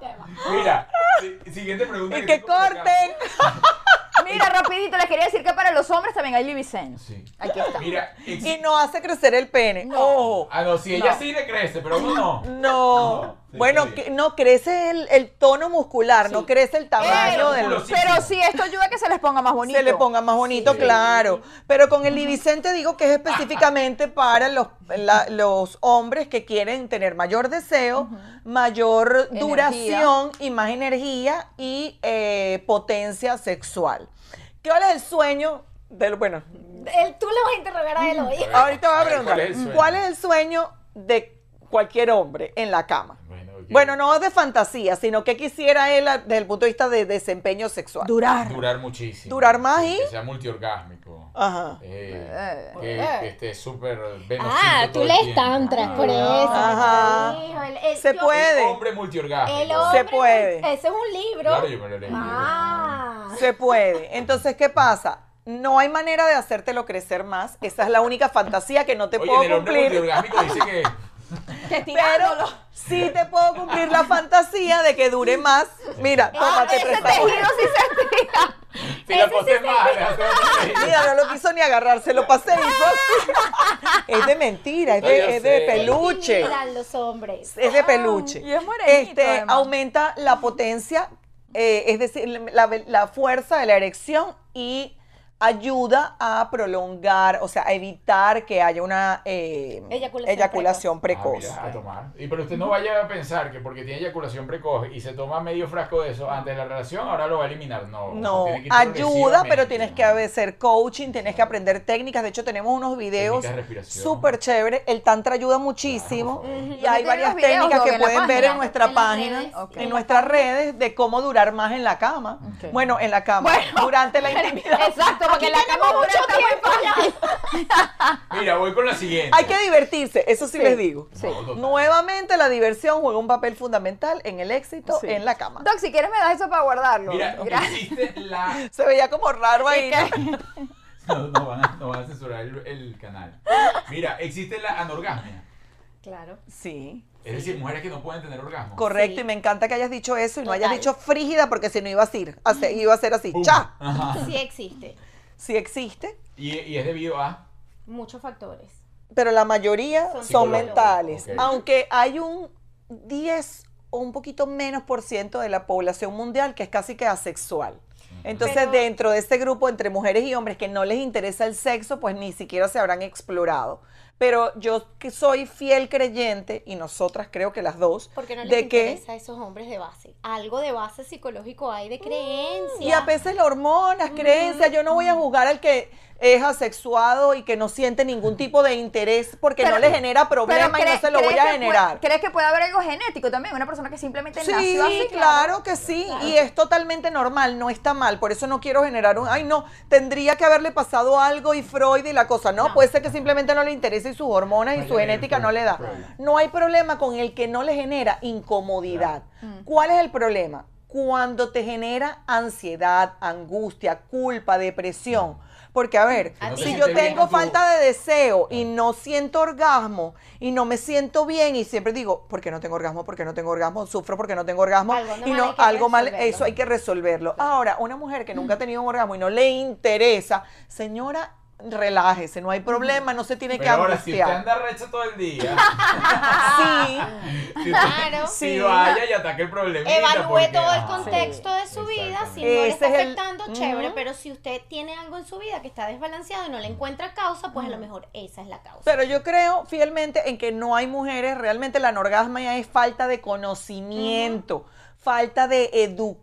Speaker 1: Mira, si- siguiente pregunta.
Speaker 4: Y
Speaker 1: que
Speaker 4: que
Speaker 1: tengo por acá.
Speaker 4: corten.
Speaker 2: Mira, rapidito, les quería decir que para los hombres también hay libisenso.
Speaker 1: Sí.
Speaker 2: Aquí está.
Speaker 1: Mira, ex-
Speaker 4: Y no hace crecer el pene. Ojo.
Speaker 1: Ah, no, si ella
Speaker 4: No.
Speaker 1: sí le crece, pero uno no.
Speaker 4: No.
Speaker 1: No, Ah, sí, sí.
Speaker 4: bueno, que- no crece el, el tono muscular, no crece el tamaño
Speaker 1: Eh,
Speaker 4: del.
Speaker 1: músculo, sí.
Speaker 2: Pero sí, esto ayuda a que se les ponga más bonito.
Speaker 4: se le ponga más bonito, claro. Pero con el libicente digo que es específicamente para los, la- los hombres que quieren tener mayor deseo, mayor
Speaker 2: Energía.
Speaker 4: duración y más energía y eh, potencia sexual. ¿Qué hora es el sueño? del- bueno,
Speaker 3: Él- tú le vas a interrogar a él hoy.
Speaker 4: ahorita voy
Speaker 1: A
Speaker 4: a
Speaker 1: ver, ¿cuál
Speaker 4: preguntar.
Speaker 1: es el sueño?
Speaker 4: ¿Cuál es el sueño de cualquier hombre en la cama?
Speaker 1: Bueno, ok.
Speaker 4: Bueno, no de fantasía, sino que quisiera él a- desde el punto de vista de desempeño sexual.
Speaker 2: Durar.
Speaker 1: Durar muchísimo.
Speaker 4: Durar más Ah. y-
Speaker 1: Que sea multiorgásmico.
Speaker 4: Ajá.
Speaker 1: Eh, que, que esté súper venosito
Speaker 3: Ah,
Speaker 1: todo
Speaker 3: tú
Speaker 1: el
Speaker 3: lees
Speaker 1: tiempo.
Speaker 3: tantras
Speaker 1: Ah.
Speaker 3: por eso.
Speaker 4: Ajá.
Speaker 3: Hijo, el- el-
Speaker 4: Se
Speaker 3: yo-
Speaker 4: puede.
Speaker 1: Hombre multiorgásmico.
Speaker 3: El hombre,
Speaker 4: Se puede.
Speaker 3: Ese es un libro.
Speaker 1: Ah, Claro, yo me lo leí.
Speaker 3: Ah.
Speaker 4: Se puede. Entonces, ¿qué pasa? No hay manera de hacértelo crecer más. Esa es la única fantasía que no te
Speaker 1: Oye,
Speaker 4: puedo
Speaker 1: el hombre
Speaker 4: cumplir.
Speaker 1: multiorgásmico dice que
Speaker 4: Pero sí te puedo cumplir la fantasía de que dure más. Mira,
Speaker 2: Ah,
Speaker 4: tómate
Speaker 2: ese
Speaker 4: prestado.
Speaker 2: tejido sí se estira.
Speaker 1: si la poses mal, le hace otra vez.
Speaker 4: Mira, no lo quiso ni agarrar, se lo pasé y hizo así. Es de mentira, es
Speaker 1: No, yo
Speaker 4: de, es de
Speaker 1: sé.
Speaker 4: peluche.
Speaker 3: Miran los hombres.
Speaker 4: Es de peluche.
Speaker 2: Ah, y es morenito,
Speaker 4: Este,
Speaker 2: además.
Speaker 4: aumenta la potencia, eh, es decir, la, la fuerza de la erección y ayuda a prolongar, o sea, a evitar que haya una eh,
Speaker 3: Eyaculación
Speaker 4: eyaculación precoz.
Speaker 1: Ah, mira, a tomar. Y pero usted no vaya a pensar que porque tiene eyaculación precoz y se toma medio frasco de eso antes de la relación, ahora lo va a eliminar. No.
Speaker 4: No,
Speaker 1: tiene que ir
Speaker 4: ayuda, pero
Speaker 1: progresivamente,
Speaker 4: tienes
Speaker 1: ¿no?
Speaker 4: que hacer coaching, tienes que aprender técnicas. De hecho, tenemos unos videos
Speaker 1: Técnicas de respiración.
Speaker 4: súper chéveres. El tantra ayuda muchísimo.
Speaker 1: Claro, por favor.
Speaker 4: y hay
Speaker 2: Yo tengo
Speaker 4: varias
Speaker 2: los videos,
Speaker 4: técnicas
Speaker 2: Doc,
Speaker 4: que
Speaker 2: en la
Speaker 4: pueden ver
Speaker 2: página,
Speaker 4: en nuestra
Speaker 3: en las
Speaker 4: página,
Speaker 3: redes, ok.
Speaker 4: en nuestras redes, de cómo durar más en la cama.
Speaker 2: Ok.
Speaker 4: Bueno, en la cama,
Speaker 2: Bueno.
Speaker 4: durante la intimidad.
Speaker 2: Exacto, porque la cama dura está muy fácil.
Speaker 1: Mira, voy con la siguiente.
Speaker 4: Hay que divertirse, eso sí, les digo.
Speaker 1: Sí. No, total.
Speaker 4: Nuevamente la diversión juega un papel fundamental en el éxito
Speaker 2: Sí.
Speaker 4: en la cama.
Speaker 2: Doc, si quieres me das eso para guardarlo.
Speaker 1: Mira,
Speaker 2: Gracias.
Speaker 1: existe la.
Speaker 4: Se veía como raro ahí.
Speaker 1: No, no van a, no van a censurar el, el canal. Mira, existe la anorgasmia.
Speaker 3: Claro.
Speaker 4: Sí.
Speaker 1: Es decir, mujeres que no pueden tener orgasmo.
Speaker 4: Correcto,
Speaker 3: Sí.
Speaker 4: y me encanta que hayas dicho eso y no hayas
Speaker 3: Total.
Speaker 4: dicho frígida porque si no iba a ser, a ser- iba a ser así.
Speaker 1: Pum.
Speaker 4: ¡Cha!
Speaker 1: Ajá.
Speaker 3: Sí existe.
Speaker 4: Sí existe,
Speaker 1: Y, y es debido a.
Speaker 3: Muchos factores.
Speaker 4: pero la mayoría
Speaker 3: Son
Speaker 4: son,
Speaker 3: psicológicos.
Speaker 4: mentales.
Speaker 1: Ok.
Speaker 4: Aunque hay un 10 o un poquito menos por ciento de la población mundial que es casi que asexual. Entonces,
Speaker 3: Pero-
Speaker 4: dentro de este grupo, entre mujeres y hombres que no les interesa el sexo, pues ni siquiera se habrán explorado. Pero yo que soy fiel creyente, y nosotras creo que las dos,
Speaker 3: Porque no les
Speaker 4: de que
Speaker 3: interesa a esos hombres de base. Algo de base psicológico hay de creencia.
Speaker 4: Y a veces las hormonas, creencias, yo no voy a juzgar al que es asexuado y que no siente ningún tipo de interés porque
Speaker 2: Pero-
Speaker 4: no le genera problema y
Speaker 2: cree-
Speaker 4: no se lo
Speaker 2: ¿crees
Speaker 4: voy a
Speaker 2: que
Speaker 4: generar.
Speaker 2: puede- ¿Crees que puede haber algo genético también? Una persona que simplemente
Speaker 4: Sí,
Speaker 2: nació así.
Speaker 4: claro que sí, y es totalmente normal, no está mal, por eso no quiero generar un, ay no, tendría que haberle pasado algo y Freud y la cosa, no, puede ser que simplemente no le interese y sus hormonas y
Speaker 1: No
Speaker 4: su
Speaker 1: le-
Speaker 4: genética no le da.
Speaker 1: Freud.
Speaker 4: No hay problema con el que no le genera incomodidad.
Speaker 3: Mm.
Speaker 4: ¿Cuál es el problema? Cuando te genera ansiedad, angustia, culpa, depresión. Porque, a ver,
Speaker 3: Ah,
Speaker 1: Que no te
Speaker 4: si yo
Speaker 1: sientes bien
Speaker 4: tengo
Speaker 1: con tu-
Speaker 4: falta de deseo y no siento orgasmo y no me siento bien y siempre digo, ¿por qué no tengo orgasmo? ¿Por qué no tengo orgasmo? Sufro porque no tengo orgasmo.
Speaker 3: Algo anda
Speaker 4: y
Speaker 3: mal,
Speaker 4: no,
Speaker 3: hay que
Speaker 4: algo mal,
Speaker 3: resolverlo. Mm.
Speaker 4: eso hay que resolverlo. Ahora, una mujer que nunca ha tenido un orgasmo y no le interesa, señora, relájese, no hay problema, no se tiene
Speaker 1: Pero
Speaker 4: que
Speaker 1: ahora, si usted
Speaker 4: angustiar.
Speaker 1: anda recha todo el día.
Speaker 4: Sí.
Speaker 3: Ah,
Speaker 1: si usted-
Speaker 3: Claro.
Speaker 1: Si vaya y ataque el problema.
Speaker 3: Evalúe todo
Speaker 1: ah,
Speaker 3: el contexto de su vida. Si no le
Speaker 4: Ese
Speaker 3: está
Speaker 4: es el-
Speaker 3: afectando, chévere.
Speaker 4: Ujú.
Speaker 3: Pero si usted tiene algo en su vida que está desbalanceado y no le encuentra causa, pues a lo mejor esa es la causa.
Speaker 4: Pero yo creo fielmente en que no hay mujeres, realmente la anorgasmia es falta de conocimiento, falta de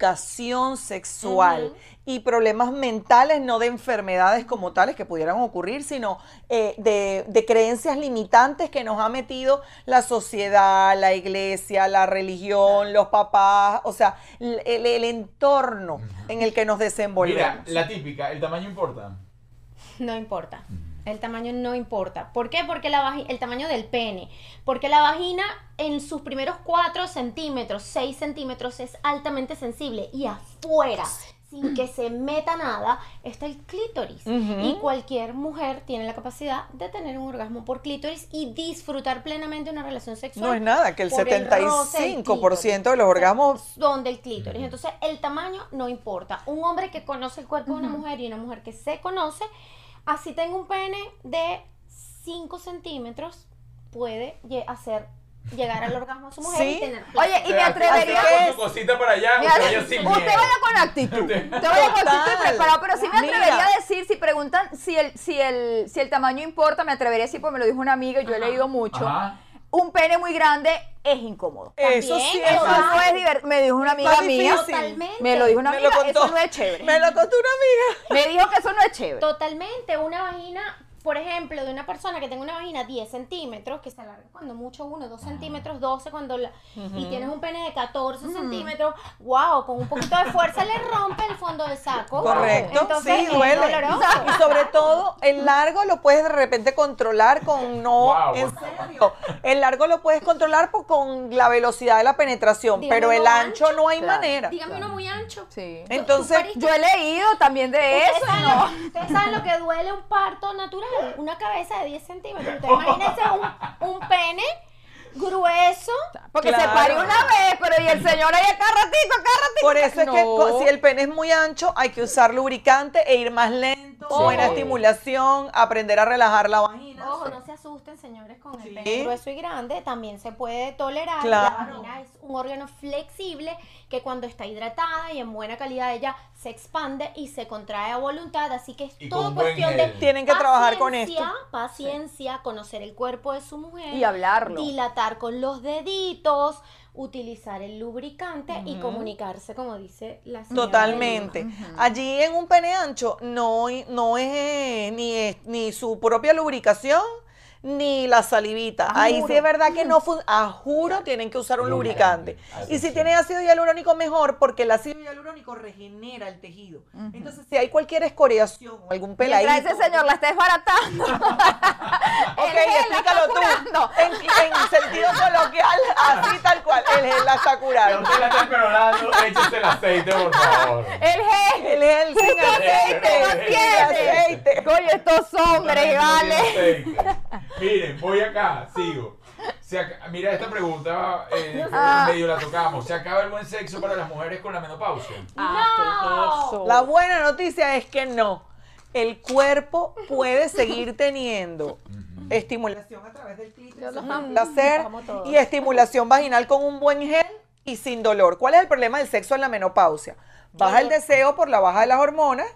Speaker 4: educación sexual y problemas mentales, no de enfermedades como tales que pudieran ocurrir, sino eh, de, de creencias limitantes que nos ha metido la sociedad, la iglesia, la religión, los papás, o sea, el, el- el entorno en el que nos
Speaker 1: Mira,
Speaker 4: desenvolvemos.
Speaker 1: la típica, el tamaño importa.
Speaker 3: No importa. El tamaño no importa. ¿Por qué? Porque la vagi- el tamaño del pene. Porque la vagina en sus primeros 4 centímetros, 6 centímetros es altamente sensible. Y afuera, si sin que se meta nada, está el clítoris.
Speaker 4: Ujú.
Speaker 3: Y cualquier mujer tiene la capacidad de tener un orgasmo por clítoris y disfrutar plenamente una relación sexual.
Speaker 4: No es nada, que el
Speaker 3: por el roce del
Speaker 4: 75% de
Speaker 3: clítoris.
Speaker 4: los orgasmos
Speaker 3: donde el clítoris. Entonces, el tamaño no importa. Un hombre que conoce el cuerpo de una mujer y una mujer que se conoce, así tenga un pene de 5 centímetros, puede lle- hacer llegar al orgasmo a su mujer
Speaker 4: Sí.
Speaker 3: y tener.
Speaker 2: Oye, y me atrevería.
Speaker 1: Usted va con su cosita para allá,
Speaker 2: me
Speaker 1: usted
Speaker 2: atre-
Speaker 1: vaya sin
Speaker 2: Usted
Speaker 1: miedo.
Speaker 2: vaya con actitud. Usted vaya con actitud y
Speaker 4: Total.
Speaker 2: preparado. Pero sí me
Speaker 4: Mira.
Speaker 2: atrevería a decir, si preguntan si el, si el, si el tamaño importa, me atrevería a decir, porque me lo dijo una amiga, yo he leído mucho.
Speaker 1: Ajá.
Speaker 2: Un pene muy grande es incómodo.
Speaker 4: Eso sí es
Speaker 2: Eso
Speaker 4: más-
Speaker 2: no es divertido. Me dijo una amiga
Speaker 4: más
Speaker 2: mía.
Speaker 4: difícil.
Speaker 3: Totalmente.
Speaker 2: Me lo dijo una
Speaker 4: Me lo
Speaker 2: amiga, eso
Speaker 4: contó.
Speaker 2: no es chévere.
Speaker 4: Me lo contó una
Speaker 2: Me dijo que eso no es chévere.
Speaker 3: Totalmente, una vagina, por ejemplo, de una persona que tenga una vagina 10 centímetros, que se alarga cuando mucho uno, 2 centímetros, 12 cuando la- y tienes un pene de
Speaker 4: Mm.
Speaker 3: 14 centímetros, wow, con un poquito de fuerza le rompe el fondo del saco.
Speaker 4: amiga. Correcto.
Speaker 3: Oh, Entonces,
Speaker 4: sí,
Speaker 3: es
Speaker 4: duele.
Speaker 3: doloroso.
Speaker 4: Y sobre todo, el largo lo puedes de repente controlar con no.
Speaker 1: Wow.
Speaker 4: En serio. El largo lo puedes controlar por- con la velocidad de la penetración,
Speaker 3: Dígame
Speaker 4: pero
Speaker 3: uno
Speaker 4: el ancho no hay
Speaker 2: claro.
Speaker 4: manera.
Speaker 3: Dígame uno muy ancho.
Speaker 2: Sí.
Speaker 4: Entonces,
Speaker 3: Tú- tú
Speaker 2: Yo he leído también de
Speaker 3: Ustedes
Speaker 2: eso.
Speaker 3: saben lo- Ustedes saben lo que duele un parto natural, una cabeza de 10 centímetros. Ustedes imagínense un, un pene grueso.
Speaker 2: Porque se
Speaker 4: Claro.
Speaker 2: parió una vez, pero y el señor ahí acá ratito, acá ratito.
Speaker 4: por eso es que
Speaker 2: No.
Speaker 4: co- si el pene es muy ancho, hay que usar lubricante e ir más lento,
Speaker 2: Sí.
Speaker 4: buena estimulación, aprender a relajar la vagina.
Speaker 3: Ojo, no se asusten, señores, con el
Speaker 4: Sí.
Speaker 3: pene grueso y grande. También se puede tolerar.
Speaker 4: Claro.
Speaker 3: La vagina es un órgano flexible que cuando está hidratada y en buena calidad ella se expande y se contrae a voluntad. Así que es
Speaker 1: Y
Speaker 3: todo
Speaker 1: con buen
Speaker 3: cuestión
Speaker 1: gel.
Speaker 3: de
Speaker 4: Tienen que trabajar con esto.
Speaker 3: Paciencia, Paciencia, conocer el cuerpo de su mujer.
Speaker 2: Y hablarlo.
Speaker 3: Dilatar con los deditos, utilizar el lubricante y comunicarse, como dice la señora.
Speaker 4: Totalmente. Allí en un pene ancho no, no es eh, ni, es- ni su propia lubricación ni la salivita. Ahí sí es verdad
Speaker 2: Mm.
Speaker 4: que no funciona. A juro tienen que usar un
Speaker 1: Lubricante.
Speaker 4: lubricante. Y si tienen ácido hialurónico mejor, porque el ácido hialurónico regenera el tejido. Entonces, si hay cualquier escoriación o algún peladito.
Speaker 2: Mientras ese señor la está desbaratando.
Speaker 4: Ok, explícalo tú. En, en sentido coloquial, así tal cual. El gel la está
Speaker 1: Si
Speaker 4: curando.
Speaker 1: usted la está empeorando, échese el aceite, por favor.
Speaker 2: El gel.
Speaker 4: El gel sin
Speaker 2: aceite, no
Speaker 4: sin
Speaker 2: tiene.
Speaker 4: aceite.
Speaker 2: Coño, estos hombres, vale.
Speaker 1: Aceite. Miren, voy acá, sigo. Se ac- Mira, esta pregunta eh,
Speaker 2: Ah.
Speaker 1: medio la tocamos. ¿Se acaba el buen sexo para las mujeres con la menopausia? Oh,
Speaker 4: La buena noticia es que no. El cuerpo puede seguir teniendo estimulación a través del clítoris, un placer y estimulación vaginal con un buen gel y sin dolor. ¿Cuál es el problema del sexo en la menopausia? Baja el deseo por la baja de las hormonas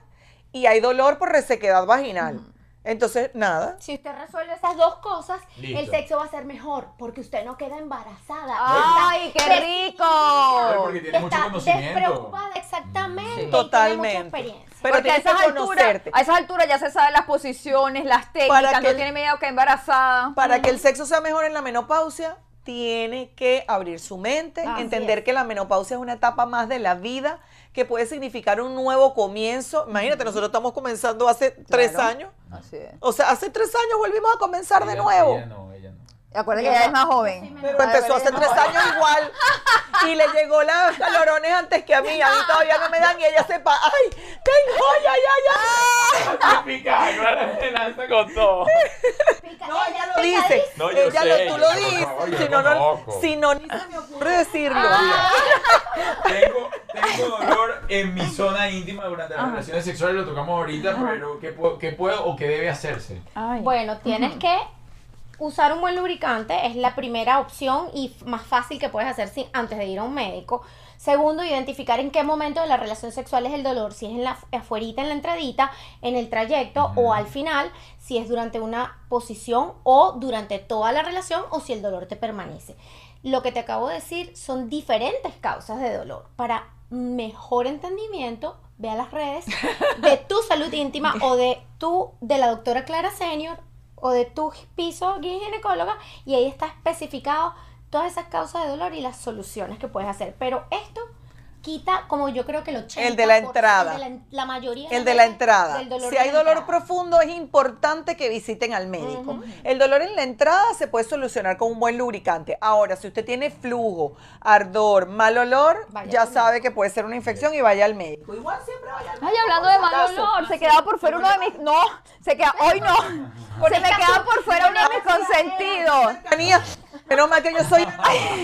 Speaker 4: y hay dolor por resequedad vaginal.
Speaker 2: Mm.
Speaker 4: Entonces, nada.
Speaker 3: Si usted resuelve esas dos cosas,
Speaker 1: Listo.
Speaker 3: el sexo va a ser mejor, porque usted no queda embarazada.
Speaker 2: ¡Ay,
Speaker 3: Está
Speaker 2: qué rico!
Speaker 1: Ay,
Speaker 3: vestida,
Speaker 1: porque tiene mucho
Speaker 3: está
Speaker 1: conocimiento.
Speaker 3: despreocupada, exactamente. y tiene mucha
Speaker 4: Totalmente.
Speaker 3: experiencia.
Speaker 4: Pero
Speaker 2: Porque a
Speaker 4: tienes que
Speaker 2: esas, alturas,
Speaker 4: conocerte.
Speaker 2: a esas alturas ya se saben las posiciones, las técnicas,
Speaker 4: Para que-
Speaker 2: no tiene miedo que embarazada.
Speaker 4: Para que el sexo sea mejor en la menopausia, tiene que abrir su mente,
Speaker 3: Así
Speaker 4: entender
Speaker 3: es.
Speaker 4: que la menopausia es una etapa más de la vida que puede significar un nuevo comienzo. Imagínate, nosotros estamos comenzando hace tres años.
Speaker 2: Así es.
Speaker 4: O sea, hace tres años volvimos a comenzar de
Speaker 1: Ella-
Speaker 4: nuevo.
Speaker 1: Ella no, ella no.
Speaker 2: Acuérdate que ella es más
Speaker 3: Sí,
Speaker 2: joven.
Speaker 3: me-
Speaker 4: Pero empezó hace tres años igual. Y le llegó la calorones antes que a mí. A mí todavía no me dan y ella sepa. ¡Ay! ¡Tengo! ¡Ay, ay, ay, ay!
Speaker 1: Pica, Clara se lanza con todo.
Speaker 3: Pica-
Speaker 4: No, ella lo
Speaker 3: picadita.
Speaker 4: dice.
Speaker 1: No, yo
Speaker 4: ella
Speaker 1: sé,
Speaker 4: lo,
Speaker 1: yo
Speaker 4: tú lo
Speaker 1: lo
Speaker 4: dices.
Speaker 1: conozco, yo
Speaker 4: si,
Speaker 1: lo
Speaker 4: no, no,
Speaker 1: conozco.
Speaker 4: si no, ni se me ocurre decirlo.
Speaker 1: Tengo, tengo dolor en mi zona íntima durante las relaciones sexuales, lo tocamos ahorita, pero ¿qué, puedo- qué puedo o qué debe hacerse?
Speaker 3: Bueno, tienes que usar un buen lubricante, es la primera opción y f- más fácil que puedes hacer sin, antes de ir a un médico. Segundo, identificar en qué momento de la relación sexual es el dolor, si es en la afuerita, en la entradita, en el trayecto o al final, si es durante una posición o durante toda la relación o si el dolor te permanece. Lo que te acabo de decir son diferentes causas de dolor. Para mejor entendimiento, ve a las redes de tu salud íntima o de tu, de la doctora Clara Senior o de tu piso ginecóloga y ahí está especificado todas esas causas de dolor y las soluciones que puedes hacer. Pero esto quita como yo creo que el 80%.
Speaker 4: El de la entrada.
Speaker 3: el de la, la mayoría.
Speaker 4: El de la
Speaker 3: veces
Speaker 4: entrada.
Speaker 3: del dolor
Speaker 4: Si
Speaker 3: de
Speaker 4: hay
Speaker 3: la
Speaker 4: dolor
Speaker 3: entrada.
Speaker 4: profundo, es importante que visiten al médico. El dolor en la entrada se puede solucionar con un buen lubricante. Ahora, si usted tiene flujo, ardor, mal olor,
Speaker 3: Vaya
Speaker 4: ya
Speaker 3: al
Speaker 4: sabe que puede ser una infección y vaya al médico. Igual siempre vaya al
Speaker 2: Ay, hablando de mal olor, se quedaba por fuera uno de mis. No, se queda. Hoy no. Se me quedaba por fuera uno de mis consentidos.
Speaker 4: Canía, Pero más que yo soy.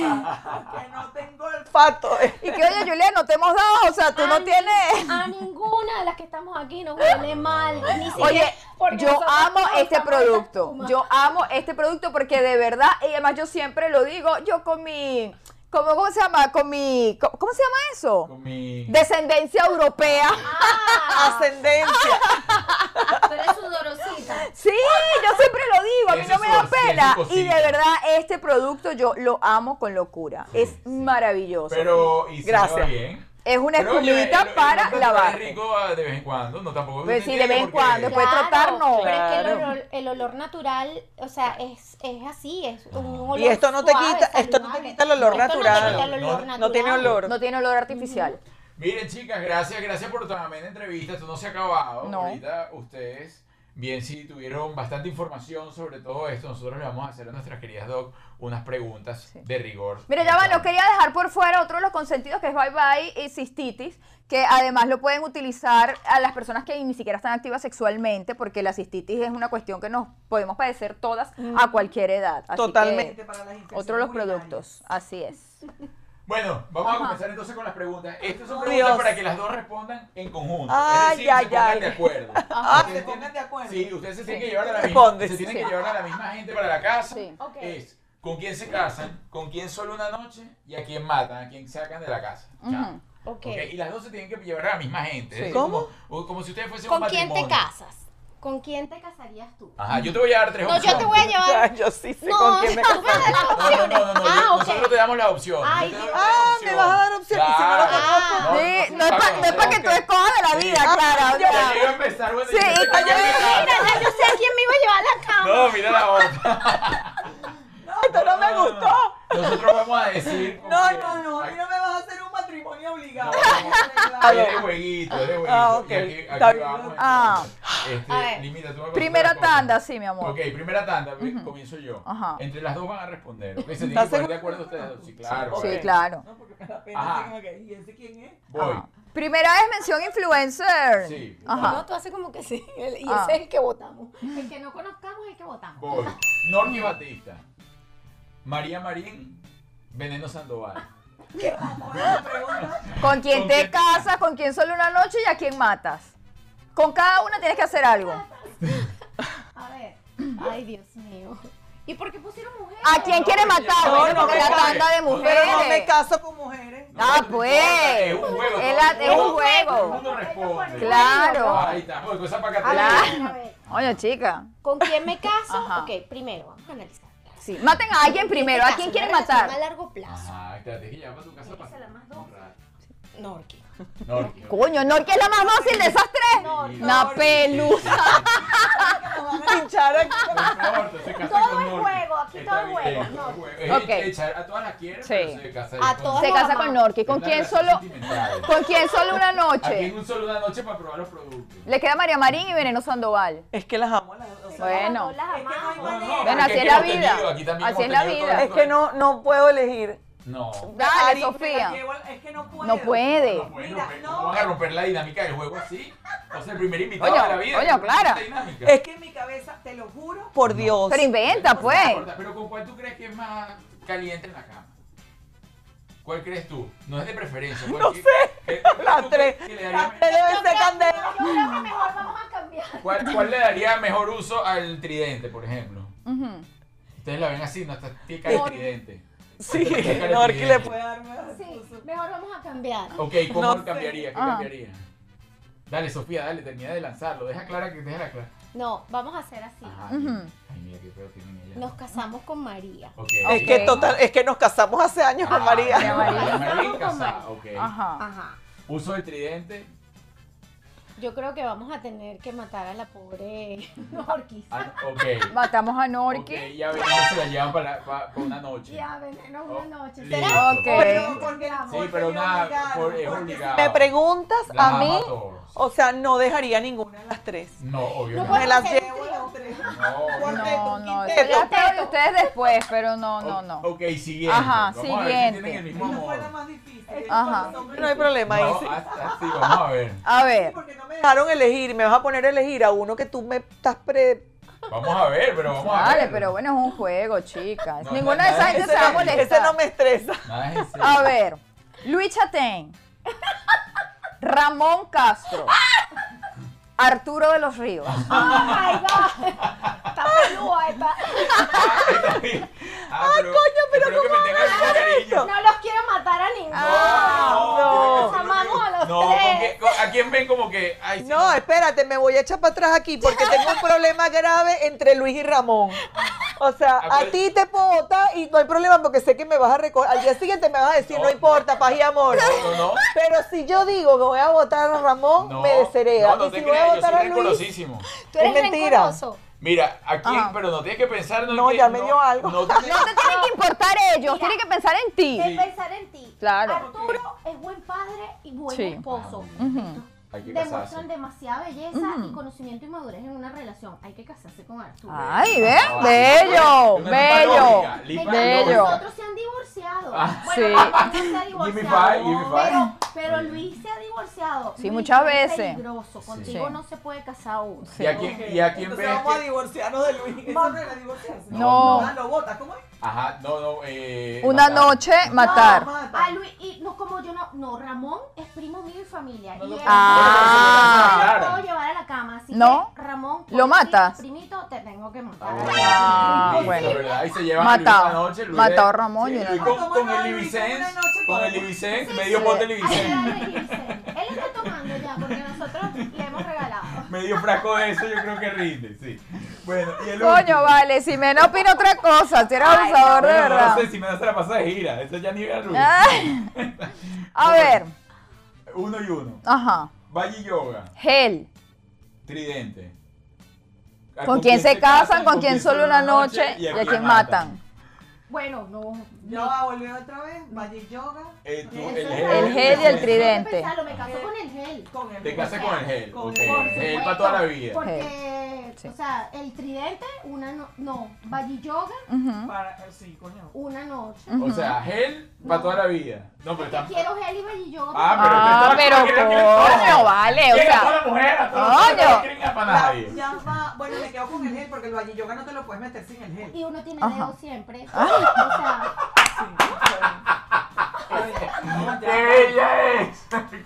Speaker 4: que no tengo olfato.
Speaker 2: Y que, oye, Julia, no te hemos dado. O sea, tú no
Speaker 3: Ay,
Speaker 2: tienes.
Speaker 3: A ninguna de las que estamos aquí nos huele mal. Ni siquiera
Speaker 2: Oye,
Speaker 3: porque
Speaker 2: yo
Speaker 3: nosotros
Speaker 2: amo
Speaker 3: no
Speaker 2: este
Speaker 3: usamos
Speaker 2: producto.
Speaker 3: espuma.
Speaker 2: Yo amo este producto porque de verdad, y además yo siempre lo digo, yo con mi. ¿Cómo, cómo se llama? Con mi. ¿Cómo cómo se llama eso?
Speaker 1: Con mi...
Speaker 2: Descendencia europea.
Speaker 3: Ah,
Speaker 4: Ascendencia.
Speaker 3: pero es sudorosita.
Speaker 2: Sí, yo siempre lo digo, a mí
Speaker 1: Ese
Speaker 2: no me da
Speaker 1: sudorcito
Speaker 2: pena. Y de
Speaker 1: cosita.
Speaker 2: verdad, este producto yo lo amo con locura. Es maravilloso.
Speaker 1: Pero, y si le va
Speaker 4: Gracias.
Speaker 1: bien.
Speaker 2: es una
Speaker 1: Pero, oye,
Speaker 2: escumita
Speaker 1: el- el
Speaker 2: para
Speaker 1: hombre
Speaker 2: lavar.
Speaker 1: Es rico ah, de vez en cuando, no tampoco.
Speaker 2: Pues sí, de
Speaker 1: tiene
Speaker 2: vez en
Speaker 1: por qué-
Speaker 2: cuando, pues. Después trotar, no.
Speaker 3: Pero es que el
Speaker 2: Claro.
Speaker 3: olor, el olor natural, o sea, es, es así, es un olor
Speaker 4: Y esto no te
Speaker 3: suave,
Speaker 4: quita- esto no te
Speaker 3: saludable.
Speaker 4: quita el olor
Speaker 3: Esto no te quita
Speaker 1: natural.
Speaker 3: el
Speaker 1: No-
Speaker 3: olor
Speaker 4: No tiene
Speaker 3: natural.
Speaker 4: olor.
Speaker 2: Ah, No tiene olor artificial.
Speaker 1: Miren, chicas, gracias, gracias por tu amena entrevista. Esto no se ha acabado.
Speaker 2: No.
Speaker 1: Ahorita ustedes, bien, sí, tuvieron bastante información sobre todo esto. Nosotros le vamos a hacer a nuestras queridas doc unas preguntas de rigor.
Speaker 2: Mira, ya va, no quería dejar por fuera otro de los consentidos que es Bye Bye y Cistitis, que además lo pueden utilizar a las personas que ni siquiera están activas sexualmente, porque la cistitis es una cuestión que nos podemos padecer todas a cualquier edad. Así que,
Speaker 4: Totalmente. para las infecciones
Speaker 2: Otro de los
Speaker 4: urinarias.
Speaker 2: productos, así es.
Speaker 1: Bueno, vamos a
Speaker 2: Ajá.
Speaker 1: comenzar entonces con las preguntas. Estas son
Speaker 4: Oh,
Speaker 1: preguntas
Speaker 4: Dios.
Speaker 1: para que las dos respondan en conjunto.
Speaker 4: Ay,
Speaker 1: es decir,
Speaker 4: ay,
Speaker 1: se pongan
Speaker 4: ay.
Speaker 1: de acuerdo.
Speaker 4: Ah,
Speaker 1: Ustedes
Speaker 4: se
Speaker 1: tienen-
Speaker 4: pongan de acuerdo.
Speaker 1: Sí, ustedes se tienen que llevar a la misma,
Speaker 4: Respondes.
Speaker 1: se tienen
Speaker 2: Sí.
Speaker 1: que llevar a la misma gente para la casa.
Speaker 2: Sí.
Speaker 3: Ok.
Speaker 1: Es con quién se casan, con quién solo una noche y a quién matan, a quién sacan de la casa. Ya.
Speaker 2: Ujú.
Speaker 3: Ok.
Speaker 1: Ok, Y las dos se tienen que llevar a la misma gente. es decir,
Speaker 4: ¿Cómo?
Speaker 1: Como, como si ustedes fuesen
Speaker 3: ¿Con
Speaker 1: un
Speaker 3: quién te
Speaker 1: matrimonio.
Speaker 3: casas? ¿Con quién te casarías tú?
Speaker 1: Ajá, yo te voy a dar tres
Speaker 3: No,
Speaker 1: opciones.
Speaker 3: yo te voy a llevar.
Speaker 4: Ya, yo sí sé
Speaker 3: No,
Speaker 4: con quién me
Speaker 3: tú me das las
Speaker 1: No, no,
Speaker 3: opciones.
Speaker 1: no, no, no, yo-
Speaker 3: Ah, ok.
Speaker 1: nosotros te damos la opción.
Speaker 3: Ay,
Speaker 1: yo te
Speaker 3: Dios.
Speaker 1: doy la
Speaker 4: Ah,
Speaker 1: opción.
Speaker 4: me vas a dar opción, que si no la
Speaker 1: Claro.
Speaker 2: Sí, no, es para que tú escojas de la vida, Clara. o
Speaker 1: Yo
Speaker 2: sea.
Speaker 1: llego a empezar, bueno,
Speaker 2: Sí,
Speaker 1: yo te-
Speaker 2: coño,
Speaker 3: Mira, ya yo sé a quién me iba a llevar a la cama.
Speaker 1: No, mira la otra.
Speaker 4: Esto no me gustó.
Speaker 1: Nosotros vamos a decir. con
Speaker 4: No,
Speaker 1: quién.
Speaker 4: no, no, a
Speaker 1: Ay,
Speaker 4: mí no me vas a hacer un matrimonio obligado.
Speaker 1: Es de este jueguito, es de jueguito.
Speaker 4: Ah, ok.
Speaker 1: Y aquí, aquí
Speaker 4: Está bien.
Speaker 1: vamos.
Speaker 2: Ah.
Speaker 1: entonces. Este,
Speaker 3: A ver.
Speaker 1: Limita, tú me
Speaker 2: Primera
Speaker 1: contaste las
Speaker 2: tanda,
Speaker 1: cosas.
Speaker 2: sí, mi amor.
Speaker 1: Ok, primera tanda, ve, comienzo yo.
Speaker 2: Ajá.
Speaker 1: Entre las dos van a responder. ¿ok? Se tienen que
Speaker 4: ¿Estás
Speaker 1: poner de
Speaker 4: seguro?
Speaker 1: acuerdo ustedes dos. Sí, claro.
Speaker 2: Sí,
Speaker 1: ok.
Speaker 2: claro.
Speaker 4: No, porque me da
Speaker 1: Ajá.
Speaker 4: pena. así como que, ¿Y ese quién es?
Speaker 1: Voy.
Speaker 2: Ajá. Primera vez mención influencer.
Speaker 1: Sí.
Speaker 2: Ajá.
Speaker 3: No, tú haces como que sí. el- Y
Speaker 2: Ah.
Speaker 3: ese es el que votamos. El que no conozcamos es el que votamos.
Speaker 1: Voy. Normi Batista. María Marín. Veneno Sandoval.
Speaker 2: Con quien
Speaker 1: ¿Con quién?
Speaker 2: te casas, con quien solo una noche y a quien matas. Con cada una tienes que hacer algo.
Speaker 3: A ver. Ay, Dios mío. ¿Y por qué pusieron mujeres?
Speaker 2: ¿A quién quiere matar?
Speaker 1: No,
Speaker 2: Bueno,
Speaker 4: no,
Speaker 2: porque
Speaker 4: no,
Speaker 2: la
Speaker 4: no,
Speaker 2: tanda de
Speaker 1: no, no,
Speaker 4: Pero no me
Speaker 2: mujeres.
Speaker 4: caso con mujeres.
Speaker 1: No,
Speaker 2: Ah,
Speaker 1: no
Speaker 2: pues.
Speaker 1: importa, Es un juego.
Speaker 2: Es
Speaker 1: todo
Speaker 2: la-
Speaker 1: el
Speaker 2: es un
Speaker 1: mundo- todo el
Speaker 2: juego.
Speaker 1: mundo responde.
Speaker 2: Claro.
Speaker 1: Ahí está. Voy, cosa para
Speaker 3: A ver,
Speaker 1: Catalina.
Speaker 3: a ver.
Speaker 2: Oye, chica.
Speaker 3: ¿Con quién me caso?
Speaker 2: Ajá.
Speaker 3: Ok, primero, vamos a analizar.
Speaker 2: Sí. Maten a alguien primero. ¿A quién quieren
Speaker 3: quiere A
Speaker 2: matar?
Speaker 3: largo plazo.
Speaker 1: Ajá, estrategia para tu casa para.
Speaker 3: Norqui.
Speaker 1: Norqui.
Speaker 2: Coño, no, que es la más fácil de esas tres.
Speaker 1: Norqui.
Speaker 2: Una pelusa.
Speaker 4: Nos van a pinchar aquí.
Speaker 1: No importa, se casa
Speaker 3: Todo
Speaker 1: con
Speaker 3: es
Speaker 1: Norqui.
Speaker 3: juego, aquí
Speaker 1: Está
Speaker 3: todo es
Speaker 1: bien, todo
Speaker 3: juego,
Speaker 1: es
Speaker 3: no.
Speaker 1: juego. Es-
Speaker 2: Ok.
Speaker 1: es echar- a todas las quieren,
Speaker 2: Sí.
Speaker 1: pero se casan
Speaker 3: A
Speaker 1: con-
Speaker 3: todas
Speaker 2: Se
Speaker 3: las
Speaker 2: casa con Norky.
Speaker 1: Es
Speaker 2: ¿Con
Speaker 1: una
Speaker 2: quién
Speaker 1: relación
Speaker 2: solo?
Speaker 1: sentimental.
Speaker 2: ¿Con quién solo
Speaker 1: Aquí
Speaker 2: una
Speaker 1: en
Speaker 2: noche?
Speaker 1: un solo una noche para probar los productos.
Speaker 2: Le queda María Marín y Veneno Sandoval.
Speaker 4: Es que las amo. las- o sea,
Speaker 2: Bueno.
Speaker 3: Las
Speaker 4: Es que no hay
Speaker 3: amamos.
Speaker 4: manera.
Speaker 2: Bueno,
Speaker 1: porque
Speaker 2: así
Speaker 1: aquí
Speaker 2: es la
Speaker 1: hemos tenido-
Speaker 2: vida.
Speaker 1: aquí también hemos
Speaker 2: Así es la
Speaker 1: tenido
Speaker 2: vida.
Speaker 4: Es que no, no puedo elegir.
Speaker 1: No.
Speaker 2: Dale,
Speaker 4: Ari,
Speaker 2: Sofía.
Speaker 4: me la llevo al- Es que no puedo.
Speaker 2: No puede.
Speaker 1: No, Ah, bueno,
Speaker 4: Mira,
Speaker 1: ve,
Speaker 4: no.
Speaker 1: ¿cómo van a romper la dinámica del juego así? O sea, el primer invitado
Speaker 2: Coño,
Speaker 1: de la vida.
Speaker 2: coño,
Speaker 1: rompe esta
Speaker 2: Clara.
Speaker 1: dinámica.
Speaker 4: Es que en mi cabeza, te lo juro, por Dios.
Speaker 2: Pero inventa, pues.
Speaker 1: importa, Pero ¿con cuál tú crees que es más caliente en la cama? ¿Cuál crees tú? No es de preferencia. ¿cuál
Speaker 4: No
Speaker 1: que-
Speaker 4: sé.
Speaker 1: que- ¿cuál
Speaker 4: Las
Speaker 1: tú
Speaker 4: tres.
Speaker 1: crees que le daría
Speaker 4: Las tres deben ser candela.
Speaker 3: Yo creo que mejor vamos a cambiar.
Speaker 1: me- ¿Cuál, cuál le daría mejor uso al tridente, por ejemplo?
Speaker 2: Ujú.
Speaker 1: Ustedes la ven así, no está pica el tridente.
Speaker 4: Sí,
Speaker 1: Sacar el
Speaker 4: Norqui
Speaker 1: tridente.
Speaker 4: le puede dar más.
Speaker 3: Sí, mejor vamos a cambiar.
Speaker 1: Ok, ¿cómo
Speaker 4: No
Speaker 1: lo
Speaker 4: sé.
Speaker 1: cambiaría? ¿Qué
Speaker 2: Ah.
Speaker 1: cambiaría? Dale, Sofía, dale, termina de lanzarlo. Deja clara que deja la clara.
Speaker 3: No, vamos a hacer así.
Speaker 1: Ajá.
Speaker 2: Ujú.
Speaker 1: Ay, mira qué pedo tienen ellas.
Speaker 3: Nos casamos con María.
Speaker 1: Ok.
Speaker 4: Es que total, es que nos casamos hace años con
Speaker 1: Ah,
Speaker 4: María.
Speaker 1: María, María
Speaker 3: Casamos con
Speaker 1: casada,
Speaker 3: María.
Speaker 1: ok.
Speaker 2: Ajá.
Speaker 3: Ajá.
Speaker 1: Uso del tridente.
Speaker 3: Yo creo que vamos a tener que matar a la pobre Orquis.
Speaker 1: Ah, ok.
Speaker 2: Matamos a Norki.
Speaker 1: Ok, ya venimos, se la llevan para, para- para una noche. Oh,
Speaker 3: Ya, veneno, buenas noches.
Speaker 1: Este. Listo.
Speaker 3: ¿Será?
Speaker 2: Ok.
Speaker 4: Pero porque la
Speaker 1: Sí,
Speaker 4: muerte
Speaker 1: pero
Speaker 4: es
Speaker 1: nada,
Speaker 4: obligado,
Speaker 1: por- es
Speaker 4: porque si
Speaker 1: obligado.
Speaker 4: Me preguntas
Speaker 1: ah. Las
Speaker 4: a
Speaker 1: amo
Speaker 4: mí,
Speaker 1: todos.
Speaker 4: o sea, no dejaría ninguna de las tres.
Speaker 1: No, obvio.
Speaker 3: No
Speaker 1: No,
Speaker 4: Me las
Speaker 3: hacer un
Speaker 4: llevo
Speaker 3: trío.
Speaker 4: las tres.
Speaker 1: no, no.
Speaker 2: No, no, eso
Speaker 4: Quinteto.
Speaker 2: ya es peor de ustedes después, pero no, no, no.
Speaker 1: Ok, siguiente.
Speaker 2: Ajá,
Speaker 1: vamos A ver si
Speaker 2: siguiente.
Speaker 1: tienen el mismo amor.
Speaker 2: Ajá.
Speaker 4: No hay problema ahí.
Speaker 1: No, ah.
Speaker 4: sí.
Speaker 1: hasta- hasta- sí, vamos a ver.
Speaker 2: A ver,
Speaker 4: Porque no me dejaron elegir, me vas a poner a elegir a uno que tú me estás pre...
Speaker 1: Vamos a ver, pero vamos a ver.
Speaker 2: vale, pero bueno, es un juego, chicas.
Speaker 1: No,
Speaker 2: Ninguna
Speaker 1: no,
Speaker 2: de esas
Speaker 1: no,
Speaker 2: gente
Speaker 1: ese
Speaker 2: se va a
Speaker 4: no,
Speaker 2: molestar.
Speaker 4: ese no me estresa.
Speaker 1: Nada es en serio.
Speaker 2: A ver, Luis Chatein, Ramón Castro,
Speaker 1: Ah.
Speaker 2: Arturo de los Ríos.
Speaker 3: Oh my god. Está pelúa esta.
Speaker 1: Ah, Ay, coño, Ah, pero espero que me tengan mucho cariño.
Speaker 3: No los quiero matar a ninguno.
Speaker 1: No,
Speaker 2: Ah,
Speaker 4: No,
Speaker 1: no, tiene que ser
Speaker 3: Ah, amamos a los
Speaker 1: no,
Speaker 3: tres.
Speaker 1: con que- con- ¿A quién ven como que.? Ay, sí,
Speaker 4: No, espérate, me voy a echar para atrás aquí porque tengo un problema grave entre Luis y Ramón. O sea,
Speaker 1: Ah,
Speaker 4: a
Speaker 1: pero-
Speaker 4: ti te puedo votar y no hay problema porque sé que me vas a recoger. Al día siguiente me vas a decir,
Speaker 1: No,
Speaker 4: no, importa, paz y amor.
Speaker 1: no, no.
Speaker 4: Pero si yo digo que voy a votar a Ramón,
Speaker 1: No,
Speaker 4: me deshereda.
Speaker 1: No, no
Speaker 4: y
Speaker 1: te
Speaker 4: si voy a
Speaker 1: creas, yo
Speaker 4: votar a
Speaker 1: soy
Speaker 4: Luis,
Speaker 1: reconocísimo.
Speaker 3: Tú eres
Speaker 4: Es mentira.
Speaker 3: rencoroso.
Speaker 1: Mira, ¿a quién?
Speaker 2: Ajá.
Speaker 1: Pero no tienes que pensar. No,
Speaker 4: No,
Speaker 1: que-
Speaker 4: ya me dio algo.
Speaker 1: No, tienes-
Speaker 2: No te tienen que importar ellos, tienen que pensar en ti.
Speaker 3: Es pensar en ti.
Speaker 2: Claro.
Speaker 3: Arturo es buen padre y buen
Speaker 2: Sí.
Speaker 3: esposo.
Speaker 2: Ujú.
Speaker 1: Hay que casarse.
Speaker 3: Demuestran demasiada belleza
Speaker 2: Ujú.
Speaker 3: y conocimiento y madurez en una relación. Hay que casarse con Arturo.
Speaker 1: Ah,
Speaker 2: Ay, ven, bello,
Speaker 1: pues, Una lipa
Speaker 2: bello.
Speaker 1: lógica,
Speaker 3: Me
Speaker 1: lipa
Speaker 3: encanta que
Speaker 2: Bello.
Speaker 1: lógica.
Speaker 3: Nosotros se han divorciado.
Speaker 1: Ah,
Speaker 2: sí.
Speaker 3: bueno, Ramón no se ha divorciado.
Speaker 1: Give me five, give me five.
Speaker 3: Pero, pero Luis se ha divorciado.
Speaker 2: Sí,
Speaker 3: Luis
Speaker 2: muchas
Speaker 3: es
Speaker 2: veces.
Speaker 3: peligroso. Contigo
Speaker 2: Sí.
Speaker 3: no se puede casar uno.
Speaker 2: Sí.
Speaker 1: ¿Y a quién, y a quién ves? que-
Speaker 4: divorciarnos de Luis. Eso no era divorciarse.
Speaker 2: No. Ah,
Speaker 4: lo votas, ¿cómo es?
Speaker 1: Ajá, no, no. Eh,
Speaker 2: Una
Speaker 1: matar.
Speaker 2: noche matar.
Speaker 3: Ah, Luis, y no, como yo no, no, Ramón es primo mío y familia. y él-
Speaker 2: Ah.
Speaker 3: no lo puedo llevar a la cama, así
Speaker 2: No.
Speaker 3: que Ramón,
Speaker 2: ¿Lo
Speaker 3: por ti,
Speaker 2: matas?
Speaker 3: Primito, te tengo que matar.
Speaker 1: Ah,
Speaker 2: Ah,
Speaker 1: listo,
Speaker 2: bueno.
Speaker 1: ¿verdad? Ahí se llevan
Speaker 2: Matado.
Speaker 1: a Luis una noche. Luis
Speaker 2: Matado
Speaker 1: de-
Speaker 2: a Ramón y
Speaker 1: Sí,
Speaker 2: una
Speaker 1: Luis
Speaker 4: noche.
Speaker 1: con, con
Speaker 4: Tomando
Speaker 1: el
Speaker 4: a Luis en
Speaker 1: Livicens,
Speaker 4: una noche,
Speaker 1: con el
Speaker 4: ¿cómo?
Speaker 1: Livicens,
Speaker 3: Sí,
Speaker 1: medio
Speaker 3: sí.
Speaker 1: pot de
Speaker 3: Ay,
Speaker 1: Livicens,
Speaker 3: dale, Gilsen. Él está tomando ya, porque nosotros le hemos regalado.
Speaker 1: medio frasco de eso, yo creo que rinde, sí. Bueno, y el último.
Speaker 2: Coño, vale, si me no opino otra cosa, si eres abusador de
Speaker 1: Bueno,
Speaker 2: verdad.
Speaker 1: No sé si me das la pasada de gira, eso ya ni ve a Luis.
Speaker 2: Ay. A ver,
Speaker 1: Uno y uno.
Speaker 2: ajá.
Speaker 1: Valle Yoga,
Speaker 2: Gel.
Speaker 1: Tridente. ¿A
Speaker 2: ¿Con quién se casan? ¿Con quién solo una noche? ¿Y a quién matan?
Speaker 3: Bueno, no.
Speaker 4: Yo voy a volver otra vez. Magic Yoga.
Speaker 1: Eh, tú,
Speaker 3: Eso
Speaker 1: el
Speaker 3: es
Speaker 1: gel.
Speaker 3: raro.
Speaker 2: El gel y el
Speaker 1: Te
Speaker 2: tridente.
Speaker 3: Pensarlo, me caso con el gel.
Speaker 4: Con el
Speaker 1: Te casas con el gel.
Speaker 4: Con
Speaker 1: ok.
Speaker 4: el
Speaker 3: Por
Speaker 4: gel.
Speaker 1: Gel
Speaker 3: supuesto,
Speaker 1: para toda la vida.
Speaker 3: Porque,
Speaker 2: Sí.
Speaker 3: o sea, el tridente, una no, no, Valle Yoga,
Speaker 2: Ujú.
Speaker 4: Para, eh, sí, coño.
Speaker 3: una noche.
Speaker 1: O sea, gel para toda la vida. No, pero
Speaker 3: Porque
Speaker 1: está.
Speaker 3: quiero gel y Valle Yoga.
Speaker 2: Ah,
Speaker 1: pero
Speaker 2: pero
Speaker 1: esto- esto- esto-
Speaker 2: coño, vale, o
Speaker 1: Llega a
Speaker 2: sea.
Speaker 1: toda mujer, a toda mujer,
Speaker 2: Coño.
Speaker 1: no cringa para nadie.
Speaker 4: Ya va. Bueno, me quedo con el gel porque el Valle Yoga no te lo puedes meter sin el gel.
Speaker 3: Y uno tiene
Speaker 2: Ajá.
Speaker 3: dedo siempre. O sea,
Speaker 4: No,
Speaker 1: ¡Qué
Speaker 4: ya va.
Speaker 1: bella es!
Speaker 4: No, sí,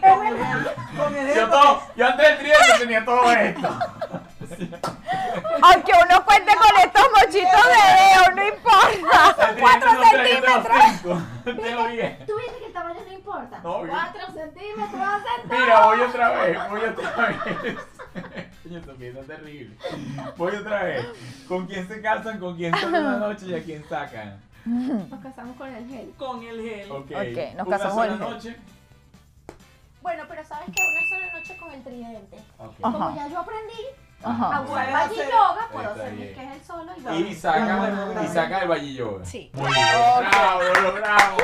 Speaker 4: con el gel. Con el
Speaker 1: Yo,
Speaker 4: gel.
Speaker 1: todo, yo antes del tridente tenía todo esto.
Speaker 2: Aunque uno cuente con estos mochitos de dedo, no importa.
Speaker 1: El
Speaker 2: Son cuatro
Speaker 1: tridente son tres, yo tengo
Speaker 2: centímetros.
Speaker 1: cinco. Te lo dije.
Speaker 3: tú viste que el tamaño no importa.
Speaker 1: No, bien.
Speaker 3: 4 centímetros, dos centímetros.
Speaker 1: Mira, voy otra vez, voy otra vez. Coño, también es terrible. Voy otra vez. ¿Con quién se casan? ¿Con quién salen una noche y a quién sacan?
Speaker 3: Nos casamos con el gel.
Speaker 4: Con el gel.
Speaker 1: Ok,
Speaker 2: Ok, nos
Speaker 1: una
Speaker 2: casamos
Speaker 1: sola
Speaker 2: el gel.
Speaker 1: noche.
Speaker 3: Bueno, pero sabes que una sola noche con el tridente.
Speaker 1: Ok.
Speaker 2: Ajá.
Speaker 3: Como ya yo aprendí a
Speaker 2: Ajá.
Speaker 3: usar
Speaker 4: Puedes
Speaker 3: Valle
Speaker 4: hacer-
Speaker 3: Yoga, puedo
Speaker 1: Ah, Está
Speaker 3: hacer mi
Speaker 1: bien.
Speaker 3: que es el solo
Speaker 1: Y
Speaker 3: y yo.
Speaker 1: saca, y saca el Valle Yoga.
Speaker 3: Sí.
Speaker 1: Muy bien. Bravo, bravo.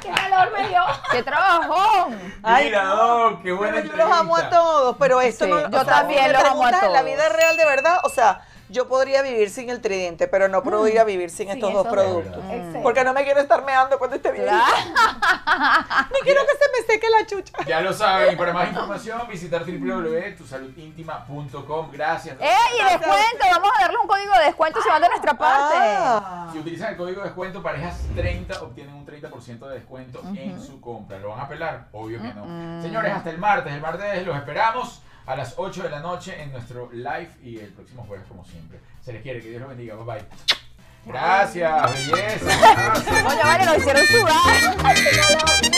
Speaker 3: ¡Qué calor me dio!
Speaker 2: ¡Qué trabajón!
Speaker 4: Ay,
Speaker 1: Mira, Doc, qué buena
Speaker 4: Pero yo los amo a
Speaker 1: entrevista.
Speaker 4: todos, pero esto
Speaker 2: Sí,
Speaker 4: no.
Speaker 2: yo también
Speaker 4: me
Speaker 2: los amo a
Speaker 4: preguntas en La
Speaker 2: todos.
Speaker 4: vida real de verdad, o sea, yo podría vivir sin el tridente, pero no podría vivir sin estos dos
Speaker 3: esos
Speaker 4: productos.
Speaker 1: dos.
Speaker 3: Excelente.
Speaker 4: Porque no me quiero estar meando cuando esté bien.
Speaker 2: Claro.
Speaker 4: Ni quiero que se me seque la chucha.
Speaker 1: Ya lo saben, y para más información visitar www.tusaludintima.com. Gracias.
Speaker 2: ¡Eh, y descuento! Vamos a darle un código de descuento si van de nuestra parte.
Speaker 4: Ah.
Speaker 1: Si utilizan el código de descuento parejas30 obtienen un 30% de descuento en su compra. ¿Lo van a pelar? Obvio que no. Señores, hasta el martes. El martes los esperamos a las 8 de la noche en nuestro live y el próximo jueves como siempre. Se les quiere, que Dios los bendiga. Bye bye. Gracias, belleza. Gracias.
Speaker 2: Oye, vale, lo hicieron sudar.